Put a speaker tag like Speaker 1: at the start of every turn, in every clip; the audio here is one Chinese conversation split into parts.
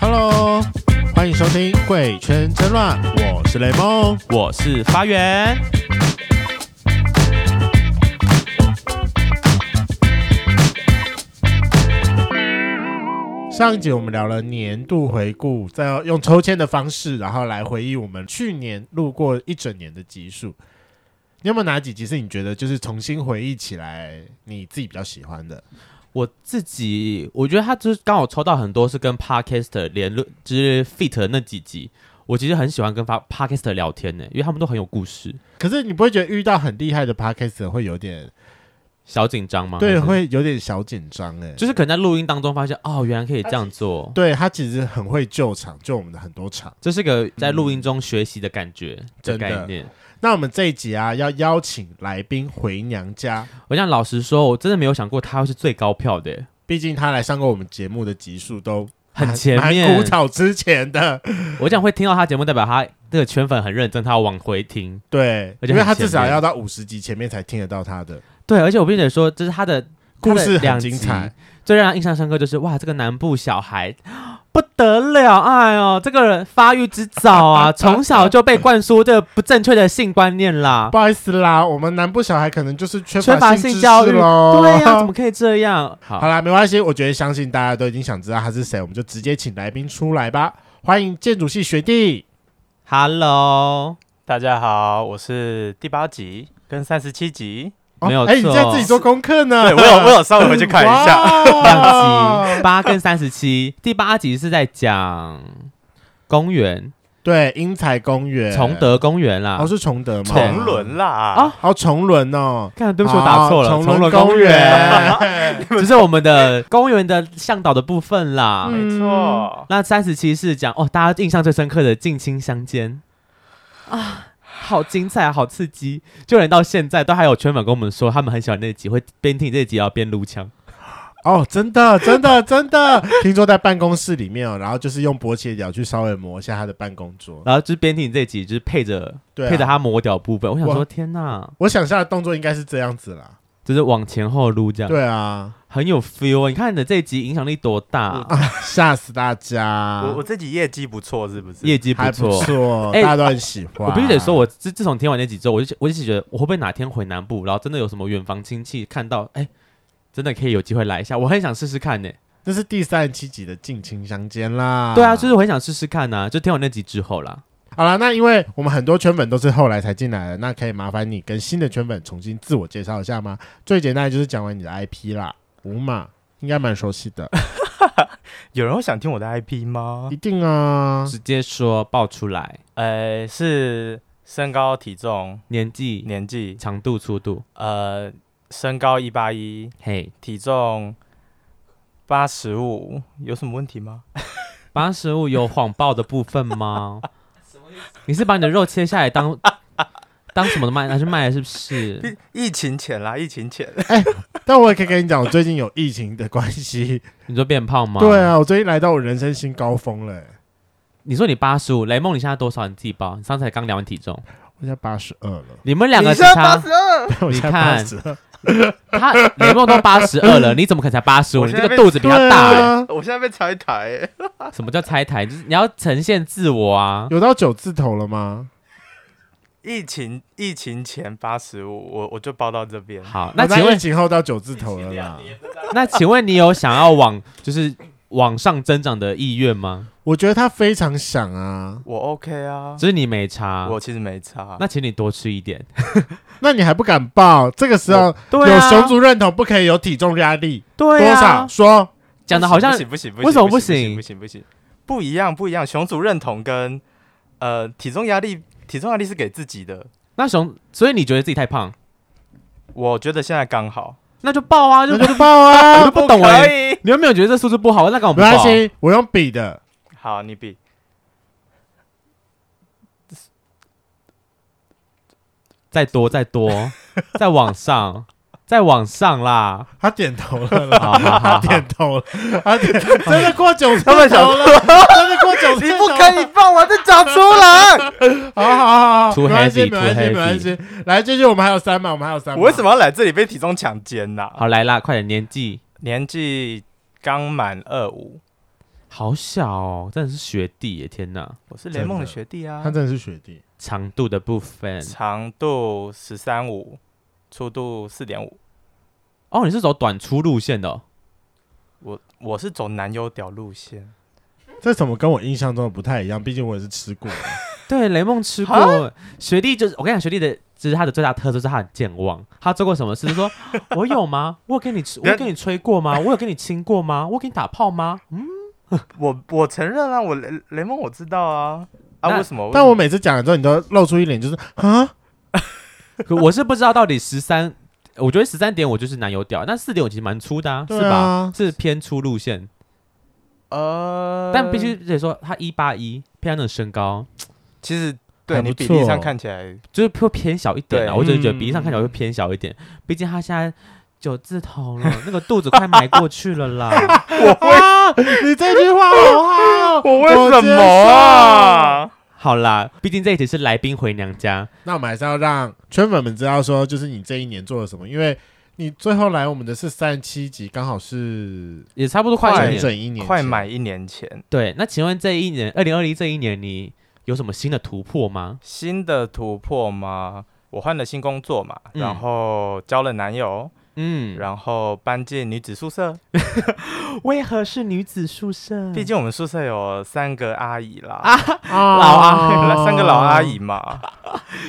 Speaker 1: Hello，欢迎收听《贵圈真乱》，我是雷梦。
Speaker 2: 我是发源。
Speaker 1: 上一集我们聊了年度回顾，再用抽签的方式，然后来回忆我们去年录过一整年的集数。你有没有哪几集是你觉得就是重新回忆起来你自己比较喜欢的？
Speaker 2: 我自己我觉得他就是刚好抽到很多是跟 Podcaster 联络，就是 fit 的那几集。我其实很喜欢跟发 Podcaster 聊天呢、因为他们都很有故事。
Speaker 1: 可是你不会觉得遇到很厉害的 podcast 会有点
Speaker 2: 小紧张吗？
Speaker 1: 对，
Speaker 2: 啊还是
Speaker 1: 会有点小紧张哎。
Speaker 2: 就是可能在录音当中发现，哦，原来可以这样做。
Speaker 1: 对他啊其实很会救场，救我们的很多场。
Speaker 2: 这是个在录音中学习的感觉
Speaker 1: 真的
Speaker 2: 概念。
Speaker 1: 那我们这一集啊，要邀请来宾回娘家，
Speaker 2: 我想老实说，我真的没有想过他会是最高票的、
Speaker 1: 毕竟他来上过我们节目的集数都
Speaker 2: 很
Speaker 1: 蛮
Speaker 2: 前
Speaker 1: 蛮
Speaker 2: 面
Speaker 1: 古。早之前的。
Speaker 2: 我想会听到他节目，代表他这个圈粉很认真，他要往回听。
Speaker 1: 对，
Speaker 2: 而且
Speaker 1: 因为他
Speaker 2: 很前
Speaker 1: 至少
Speaker 2: 面
Speaker 1: 要到五十集前面才听得到他的
Speaker 2: 对，而且我并且说，这是他的他
Speaker 1: 故
Speaker 2: 的
Speaker 1: 事，很
Speaker 2: 两
Speaker 1: 精
Speaker 2: 集
Speaker 1: 彩。
Speaker 2: 最让人印象深刻就是哇，这个南部小孩不得了，哎呦，这个人发育之早 啊，从小就被灌输这个不正确的性观念啦。
Speaker 1: 不好意思啦，我们南部小孩可能就是缺
Speaker 2: 缺乏
Speaker 1: 性知
Speaker 2: 性教
Speaker 1: 识
Speaker 2: 育
Speaker 3: 哦
Speaker 1: 咯
Speaker 2: 对呀、怎么可以这样？
Speaker 1: 好
Speaker 2: 好，
Speaker 1: 啦，没关系，我觉得相信大家都已经想知道他是谁，我们就直接请来宾出来吧。欢迎建筑系学弟，
Speaker 2: ，Hello，
Speaker 3: 大家好，我是第八集跟三十七集，
Speaker 1: 哦
Speaker 2: 没有
Speaker 1: 哎、你在
Speaker 2: 错
Speaker 1: 自己做功课呢？
Speaker 3: 对我有我有稍微回去看一 下。
Speaker 1: 哇
Speaker 2: 两集八跟三十七，第八集是在讲公园，
Speaker 1: 对，英才公园，
Speaker 2: 崇，德公园啦
Speaker 1: 哦，。是崇德吗？
Speaker 3: 重轮啦
Speaker 2: 啊
Speaker 3: 啊！
Speaker 1: 哦，崇伦哦，
Speaker 2: 看，对不起，我打错了，
Speaker 1: 哦
Speaker 2: 崇
Speaker 1: 崇
Speaker 2: 伦
Speaker 1: 伦
Speaker 2: 公
Speaker 1: 公
Speaker 2: 园，
Speaker 1: 园，
Speaker 2: 这是我们的公园的向导的部分啦。
Speaker 1: 嗯
Speaker 3: 没错，
Speaker 2: 那三十七是讲哦，大家印象最深刻的近亲相间啊，好精彩，好刺激！就连到现在都还有圈粉跟我们说，他们很喜欢那集，会边听这集然后边撸枪。
Speaker 1: 哦，真的，真的，真的， 听说在办公室里面哦，然后就是用勃起的脚去稍微磨一下他的办公桌，
Speaker 2: 然后就是边听这集，就是配着、
Speaker 1: 对、啊
Speaker 2: 配着。他磨屌部分。我想说，
Speaker 1: 哇
Speaker 2: 天哪，
Speaker 1: 我想象的动作应该是这样子啦，
Speaker 2: 就是往前后撸这样，
Speaker 1: 对啊，
Speaker 2: 很有 feel 哦。你看你的这集影响力多大，
Speaker 1: 嗯吓死大家！
Speaker 3: 我我自己嗯业绩不错，是不是？
Speaker 2: 业绩
Speaker 1: 还
Speaker 2: 错。
Speaker 1: 错，
Speaker 2: 哎
Speaker 1: 大家都很喜欢。
Speaker 2: 我必须得说，我自自从听完那集之后，我就我就觉得我会不会哪天回南部，然后真的有什么远房亲戚看到，哎、真的可以有机会来一下，我很想试试看呢、
Speaker 1: 这是第三十七集的《近亲相间》啦。
Speaker 2: 对啊，就是我很想试试看呐、就听完那集之后啦。
Speaker 1: 好啦，那因为我们很多圈粉都是后来才进来的，那可以麻烦你跟新的圈粉重新自我介绍一下吗？最简单的就是讲完你的 IP 啦，五码应该蛮熟悉 的，
Speaker 3: 有人会想听我的 IP 吗
Speaker 1: 一？定啊。
Speaker 2: 直接说爆出来，
Speaker 3: 呃，是身高、体重、
Speaker 2: 年纪、
Speaker 3: 年纪，
Speaker 2: 长度、粗度，
Speaker 3: 呃，身高一八一，
Speaker 2: 嘿，
Speaker 3: 体重八十五，有什么问题吗？
Speaker 2: 八十五有谎报的部分吗？你是把你的肉切下来当当什么的卖拿去卖了是不 是？
Speaker 3: 疫疫情前啦，疫情前，
Speaker 1: 但我也可以跟你讲，我最近有疫情的关 系，
Speaker 2: 你说变胖吗？
Speaker 1: 对，啊，我最近来到我人生新高峰了、欸
Speaker 2: 你说你八十五，雷梦你现在多少？你自己报，你上次才刚量完体重，
Speaker 1: 我现在八十二了，
Speaker 2: 你们两个
Speaker 3: 你
Speaker 2: 只
Speaker 3: 现在
Speaker 2: 差
Speaker 3: 82
Speaker 1: 我
Speaker 2: 你
Speaker 1: 现在
Speaker 2: 看
Speaker 1: 八十二，
Speaker 2: 他雷梦都八十 二了，你怎么可能才八十五？
Speaker 3: 我
Speaker 2: 你
Speaker 3: 现
Speaker 2: 这
Speaker 3: 在
Speaker 2: 个
Speaker 3: 被
Speaker 2: 肚子比
Speaker 1: 对
Speaker 2: 较大欸、
Speaker 1: 啊，
Speaker 3: 我现在被拆台、欸，
Speaker 2: 什么叫拆台？就是你要呈现自我啊！
Speaker 1: 有到九字头了吗？
Speaker 3: 疫情疫情前八十五，我我就报到这边。
Speaker 2: 好，
Speaker 1: 我
Speaker 2: 那请
Speaker 1: 在
Speaker 2: 问
Speaker 1: 疫 情后到九字头了啦。
Speaker 2: 那请问你有想要往就是往上增长的意愿吗？
Speaker 1: 我觉得他非常想啊，
Speaker 3: 我 OK 啊，
Speaker 2: 就是你没差，
Speaker 3: 我其实没差。
Speaker 2: 那请你多吃一点。
Speaker 1: 那你还不敢报？这个时候
Speaker 2: 对啊
Speaker 3: 啊
Speaker 1: 有熊，族认同，不可以有体重压力。
Speaker 2: 对啊
Speaker 1: 多少？说？
Speaker 2: 讲的好像
Speaker 3: 不行不行不行，
Speaker 2: 为什么不
Speaker 3: 不
Speaker 2: 行
Speaker 3: 不行不行，不一样不一样。熊族认同跟呃体重压力，体重压力是给自己的。
Speaker 2: 那熊，所以你觉得自己太胖，
Speaker 3: 我觉得现在刚好，
Speaker 2: 那就爆啊！就
Speaker 1: 那就报啊！
Speaker 2: 我都不懂哎、
Speaker 3: 可以。
Speaker 2: 你有没有觉得这数字不好？那干嘛 不
Speaker 1: 没关
Speaker 2: 报？
Speaker 1: 系，我用笔的。
Speaker 3: 好，你比
Speaker 2: 再多再多，再往上，再往上啦！
Speaker 1: 他点头了
Speaker 2: 好
Speaker 1: 啦，
Speaker 2: 好好
Speaker 1: 他
Speaker 2: 好，
Speaker 1: 点头了，他点真的过九字头
Speaker 3: 他们想
Speaker 1: 了，真的过九总
Speaker 3: 你不可以帮我再找出来。
Speaker 1: 好好好好，
Speaker 2: Too
Speaker 1: 没关系没
Speaker 2: heavy,
Speaker 1: 关系
Speaker 2: too
Speaker 1: 没关系。来，这就我们还有三嘛，我们还有三嘛。
Speaker 3: 我为什么要来这里被体重强奸呐、
Speaker 2: 好来啦，快点，年纪
Speaker 3: 年纪刚满二五，
Speaker 2: 好小哦，真的是学弟耶！天哪，
Speaker 3: 我是雷梦的学弟啊
Speaker 1: 他。真的是学弟？
Speaker 2: 长度的部分
Speaker 3: 长度十三五，粗度四点五。
Speaker 2: 哦，你是走短粗路线的哦、
Speaker 3: 我我是走男优屌路线，
Speaker 1: 这怎么跟我印象中的不太一样？毕竟我也是吃过的。
Speaker 2: 对，雷梦吃过学弟就是我跟你讲，学弟的就是他的最大特色就是他很健忘。他做过什么事？就说 我有吗？我有跟你吃，我有跟你吹过吗？我有跟你亲过吗？我有跟你打炮吗？
Speaker 3: 我我承认啊，我雷雷梦我知道啊啊，
Speaker 2: 那
Speaker 3: 为什么？
Speaker 1: 但我每次讲了之后，你都露出一脸就是啊，
Speaker 2: 可我是不知道到底十三，我觉得十三点我就是男友屌，但四点我其实蛮粗的、啊，
Speaker 1: 对
Speaker 2: 是吧
Speaker 1: 啊？
Speaker 2: 是偏粗路线，
Speaker 3: 呃，
Speaker 2: 但必须得说他一八一，偏那种身高
Speaker 3: 其实
Speaker 1: 还
Speaker 3: 对
Speaker 1: 不
Speaker 3: 你比例上
Speaker 1: 错
Speaker 3: 看起来，
Speaker 2: 就是会偏小一点啊。
Speaker 3: 对
Speaker 2: 我只是觉得比例上看起来会偏小一点，毕竟他现在九字头了，那个肚子快埋过去了啦。
Speaker 1: 啊你这句话好好，
Speaker 3: 我
Speaker 1: 哦为什么啊？
Speaker 2: 好啦，毕竟这一集是来宾回娘家，
Speaker 1: 那我们还是要让圈粉们知道说，就是你这一年做了什么，因为你最后来我们的是三十七集，刚好是
Speaker 2: 也差不多快
Speaker 3: 快
Speaker 1: 整
Speaker 2: 一年。
Speaker 1: 整一年前，
Speaker 3: 快买一年前，
Speaker 2: 对，那请问这一年，二零二一这一年，你有什么新的突破吗？
Speaker 3: 新的突破吗？我换了新工作嘛，
Speaker 2: 嗯
Speaker 3: 然后交了男友，
Speaker 2: 嗯，
Speaker 3: 然后搬进女子宿舍。
Speaker 1: 嗯
Speaker 2: 为何是女子宿舍？
Speaker 3: 毕竟我们宿舍有三个阿姨啦，哦
Speaker 1: 啊
Speaker 2: 老阿
Speaker 3: 三个老阿姨。嘛。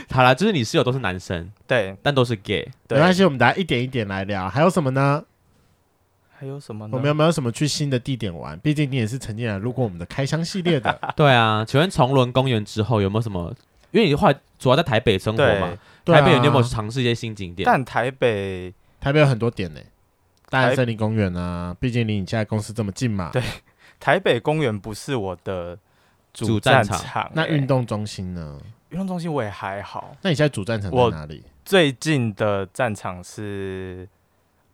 Speaker 2: 好啦，就是你室友都是男生，
Speaker 3: 对
Speaker 2: 但都是 gay。
Speaker 1: 没
Speaker 3: 对，
Speaker 1: 关系，我们大家一点一点来聊。还有什么呢？
Speaker 3: 还有什么呢？
Speaker 1: 我们有没有什么去新的地点玩？毕竟你也是曾经来录过我们的开箱系列的，
Speaker 2: 对啊，请问崇伦公园之后有没有什么？因为你后来主要在台北生活
Speaker 3: 对
Speaker 2: 嘛，
Speaker 1: 对啊
Speaker 2: 台北有没有去尝试一些新景点？
Speaker 3: 但台北
Speaker 1: 台北有很多点呢、大安
Speaker 3: 台
Speaker 1: 森林公园啊，毕竟离你现在公司这么近嘛。
Speaker 3: 对台北公园不是我的
Speaker 2: 主
Speaker 3: 主
Speaker 2: 战
Speaker 3: 战
Speaker 2: 场
Speaker 3: 场
Speaker 1: 那
Speaker 3: 欸
Speaker 1: 运动中心呢？
Speaker 3: 运动中心我也还好。
Speaker 1: 那你现在主战场在
Speaker 3: 我
Speaker 1: 哪里？
Speaker 3: 最近的战场是，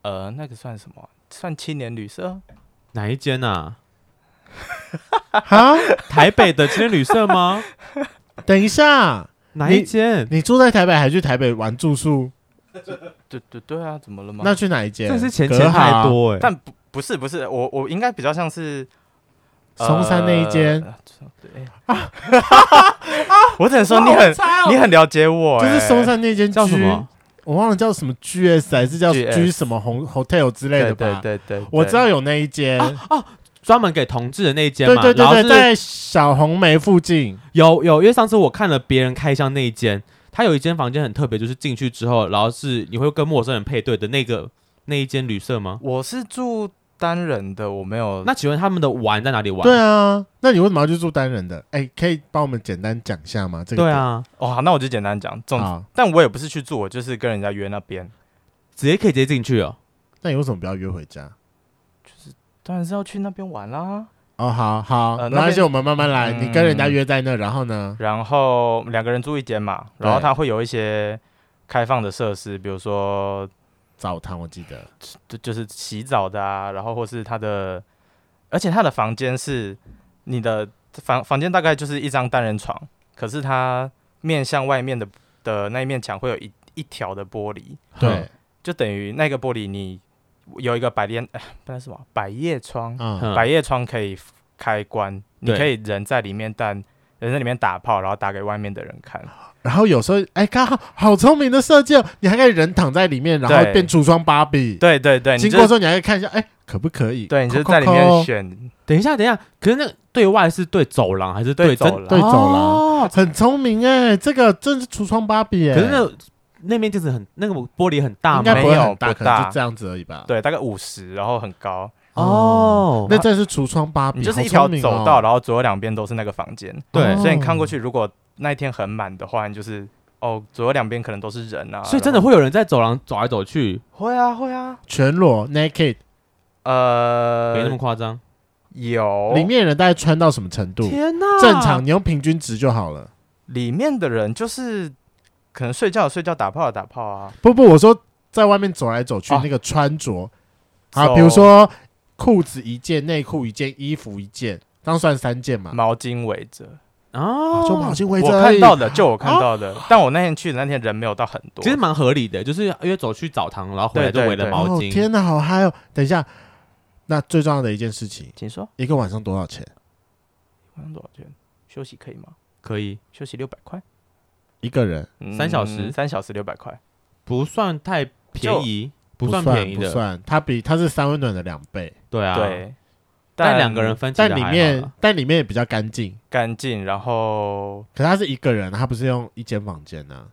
Speaker 3: 呃，那个算什么啊？算青年旅社？
Speaker 2: 哪一间啊？
Speaker 1: 哈，
Speaker 2: 台北的青年旅社吗？
Speaker 1: 等一下，
Speaker 2: 哪一间？
Speaker 1: 你住在台北还去台北玩住宿？
Speaker 3: 对对对啊，怎么了吗？
Speaker 1: 那去哪一间？
Speaker 2: 真的是钱
Speaker 1: 格啊
Speaker 2: 钱
Speaker 1: 好
Speaker 2: 太。多哎、
Speaker 3: 但不不是不是，我我应该比较像是呃
Speaker 1: 松山那一间
Speaker 3: 对啊， 我只能说你很你很了解我，
Speaker 1: 哦就是
Speaker 3: 欸
Speaker 1: 松，山那间
Speaker 2: 呃叫什
Speaker 1: G-
Speaker 2: 么？
Speaker 1: 我忘了叫什么 GS 还是叫
Speaker 3: GS
Speaker 1: G 什么红 hotel 之类
Speaker 3: 对
Speaker 1: 的
Speaker 3: 对
Speaker 1: 吧？
Speaker 3: 对对，对
Speaker 1: 我知道有那一间，
Speaker 2: 专门给同志的那一间
Speaker 1: 对
Speaker 2: 啊嘛？
Speaker 1: 对对
Speaker 2: 然后
Speaker 1: 对，
Speaker 2: 是
Speaker 1: 在小红梅附近。
Speaker 2: 有有，因为上次我看了别人开箱那一间，它有一间房间很特别，就是进去之后，然后是你会跟陌生人配对的那个那一间旅社吗？
Speaker 3: 我是住单人的，我没有
Speaker 2: 那请问他们的玩在哪里玩？
Speaker 1: 对啊，那你为什么要去住单人的？哎，可以帮我们简单讲一下吗？这个
Speaker 2: 对啊，
Speaker 3: 哦，好那我就简单讲，
Speaker 1: 点，
Speaker 3: 总
Speaker 1: 啊，
Speaker 3: 但我也不是去住，我就是跟人家约那边，
Speaker 2: 直接可以直接进去哦。
Speaker 1: 那你为什么不要约回家？
Speaker 3: 当然是要去那边玩啦。
Speaker 1: 哦，好好，
Speaker 3: 呃
Speaker 1: 没关系，
Speaker 3: 那边
Speaker 1: 我们慢慢来。
Speaker 3: 嗯
Speaker 1: 你跟人家约在那，然后呢？
Speaker 3: 然后两个人住一间嘛，然后
Speaker 1: 对
Speaker 3: 它会有一些开放的设施，比如说
Speaker 1: 澡堂我记得，
Speaker 3: 就就是洗澡的啊，然后或是他的，而且他的房间是你的房房间大概就是一张单人床，可是它面向外面的的那一面墙会有一一条的玻璃，
Speaker 1: 对，
Speaker 3: 就等于那个玻璃你有一个百裂，呃那是什么百叶窗，
Speaker 1: 嗯，
Speaker 2: 嗯，
Speaker 3: 百叶窗可以开关，你
Speaker 2: 对
Speaker 3: 可以人在里面，但人在里面打炮，然后打给外面的人看，
Speaker 1: 然后有时候，哎，刚好好聪明的设计，哦，你还可以人躺在里面，然后
Speaker 3: 对
Speaker 1: 变橱窗芭比。
Speaker 3: 对对对，你
Speaker 1: 经
Speaker 3: 就
Speaker 1: 过的时候你还可以看一下，哎，可不可以？
Speaker 3: 对，你就
Speaker 1: 扣
Speaker 3: 在里面
Speaker 1: 扣
Speaker 3: 选，
Speaker 2: 等一下，等一下，可是那个对外是对走廊还是
Speaker 3: 对
Speaker 2: 真
Speaker 3: 走廊
Speaker 1: 对走廊
Speaker 2: 哦
Speaker 1: 很聪明哎，这个真是橱窗芭比哎。
Speaker 2: 可是那个那面镜子很那个玻璃很
Speaker 1: 应
Speaker 2: 大吗
Speaker 1: 该？不会很
Speaker 3: 没
Speaker 1: 大，
Speaker 3: 有
Speaker 1: 可
Speaker 3: 不
Speaker 1: 能
Speaker 3: 大
Speaker 1: 就这样子而已吧。嗯
Speaker 3: 对，大概五十，然后很高。
Speaker 2: 哦，
Speaker 1: 那这是橱窗芭比，
Speaker 3: 你就是
Speaker 1: 好
Speaker 3: 一条
Speaker 1: 聪明
Speaker 3: 走
Speaker 1: 哦
Speaker 3: 道，然后左右两边都是那个房间。
Speaker 2: 对
Speaker 1: 哦
Speaker 3: 所以你看过去，如果那一天很满的话，你就是哦，左右两边可能都是人啊。
Speaker 2: 所以真的
Speaker 3: 然后
Speaker 2: 会有人在走廊走来走去，
Speaker 3: 会啊，会啊。
Speaker 1: 全裸 naked，
Speaker 3: 呃，
Speaker 2: 没那么夸张。
Speaker 3: 有
Speaker 1: 里面人大概穿到什么程度？
Speaker 2: 天哪，
Speaker 1: 呃正常，你用平均值就好了。
Speaker 3: 里面的人就是可能睡觉的睡觉，打炮的打炮啊。
Speaker 1: 不不，我说在外面走来走去
Speaker 3: 哦
Speaker 1: 那个穿着，好，
Speaker 3: 走
Speaker 1: 比如说裤子一件，内裤一件，衣服一件，这样算三件嘛？
Speaker 3: 毛巾围着，
Speaker 2: 哦
Speaker 1: 啊，就毛巾围着
Speaker 3: 我
Speaker 1: 而已啊
Speaker 3: 看到的就我看到的，但我那天去的那天人没有到很多，
Speaker 2: 其实蛮合理的，就是因为走去澡堂，然后回来就
Speaker 3: 对对
Speaker 2: 围了
Speaker 3: 对
Speaker 2: 毛
Speaker 1: 哦、
Speaker 2: 巾。
Speaker 1: 天哪，好嗨哦！等一下，那最重要的一件事情，
Speaker 3: 请说，
Speaker 1: 一个晚上多少钱？
Speaker 3: 晚上多少钱？休息可以吗？
Speaker 2: 可以，
Speaker 3: 休息六百块，
Speaker 1: 一个人
Speaker 2: 三小时
Speaker 3: 嗯三小时六百块，
Speaker 2: 不算太便宜，不
Speaker 1: 算
Speaker 2: 便宜
Speaker 1: 不
Speaker 2: 的，
Speaker 1: 算，它比它是三温暖的两倍，
Speaker 2: 对啊。，
Speaker 3: 对，
Speaker 2: 但两个人分其实
Speaker 1: 但里
Speaker 2: 还好
Speaker 1: 面
Speaker 2: 啦
Speaker 1: 但里面也比较干净。
Speaker 3: 干净，然后
Speaker 1: 可是他是一个人，他不是用一间房间啊呢、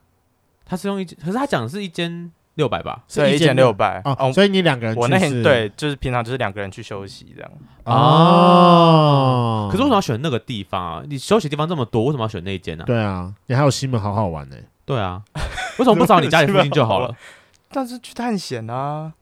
Speaker 2: 他是用一，可是他讲的是一间六百吧？
Speaker 1: 是
Speaker 3: 对一
Speaker 1: 间
Speaker 3: 千六百嗯
Speaker 1: 哦，所以你两个人
Speaker 3: 我那
Speaker 1: 去
Speaker 3: 天
Speaker 1: 是
Speaker 3: 对，就是平常就是两个人去休息这样，
Speaker 1: 哦，
Speaker 2: 可是为什么要选那个地方啊？你休息地方这么多，为什么要选那一间呢、
Speaker 1: 对啊，你还有西门好好玩呢、欸
Speaker 2: 对啊，为什么不找你家里附近就好了？
Speaker 3: 但是去探险啊，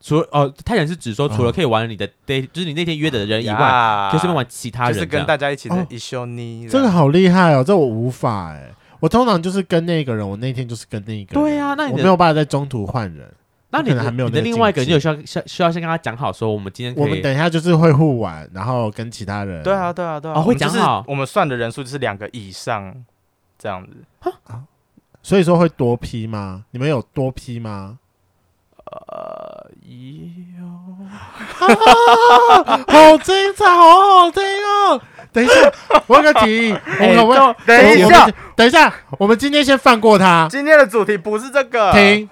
Speaker 2: 除了哦，探险是指说除
Speaker 1: 嗯
Speaker 2: 了可以玩你的 day，、就是你那天约的人以呃外，
Speaker 3: 呀
Speaker 2: 可以顺便玩其他人
Speaker 3: 就
Speaker 2: 这
Speaker 3: 是
Speaker 2: 样。
Speaker 3: 跟大家一起的啊
Speaker 1: 哦
Speaker 3: 一休呢，
Speaker 1: 这个好厉害哦，这我无法哎、我通常就是跟那个人，我那天就是跟那一个人，
Speaker 2: 对啊，那
Speaker 1: 我
Speaker 2: 你
Speaker 1: 没
Speaker 2: 的
Speaker 1: 有办法在中途换人。
Speaker 2: 那你
Speaker 1: 可
Speaker 2: 的
Speaker 1: 能还没有
Speaker 2: 你的
Speaker 1: 那个
Speaker 2: 另外一个人
Speaker 1: 境
Speaker 2: 有需要需要需要先跟他讲好，说我们今天可以
Speaker 1: 我们等一下就是会互玩，然后跟其他人。
Speaker 3: 对啊，对啊，对啊，
Speaker 2: 哦
Speaker 3: 我们
Speaker 2: 会讲
Speaker 3: 就是
Speaker 2: 好
Speaker 3: 我们算的人数就是两个以上这样子，
Speaker 1: 所以说会多批吗？你们有多批吗？
Speaker 3: 呃，咦哟，
Speaker 1: 好精彩，好好听哦！等一下，我有个提议，我们可不可以？
Speaker 3: 就等一
Speaker 1: 我
Speaker 3: 下
Speaker 1: 们，，等一下，我们今天先放过他。
Speaker 3: 今天的主题不是这个，
Speaker 1: 停，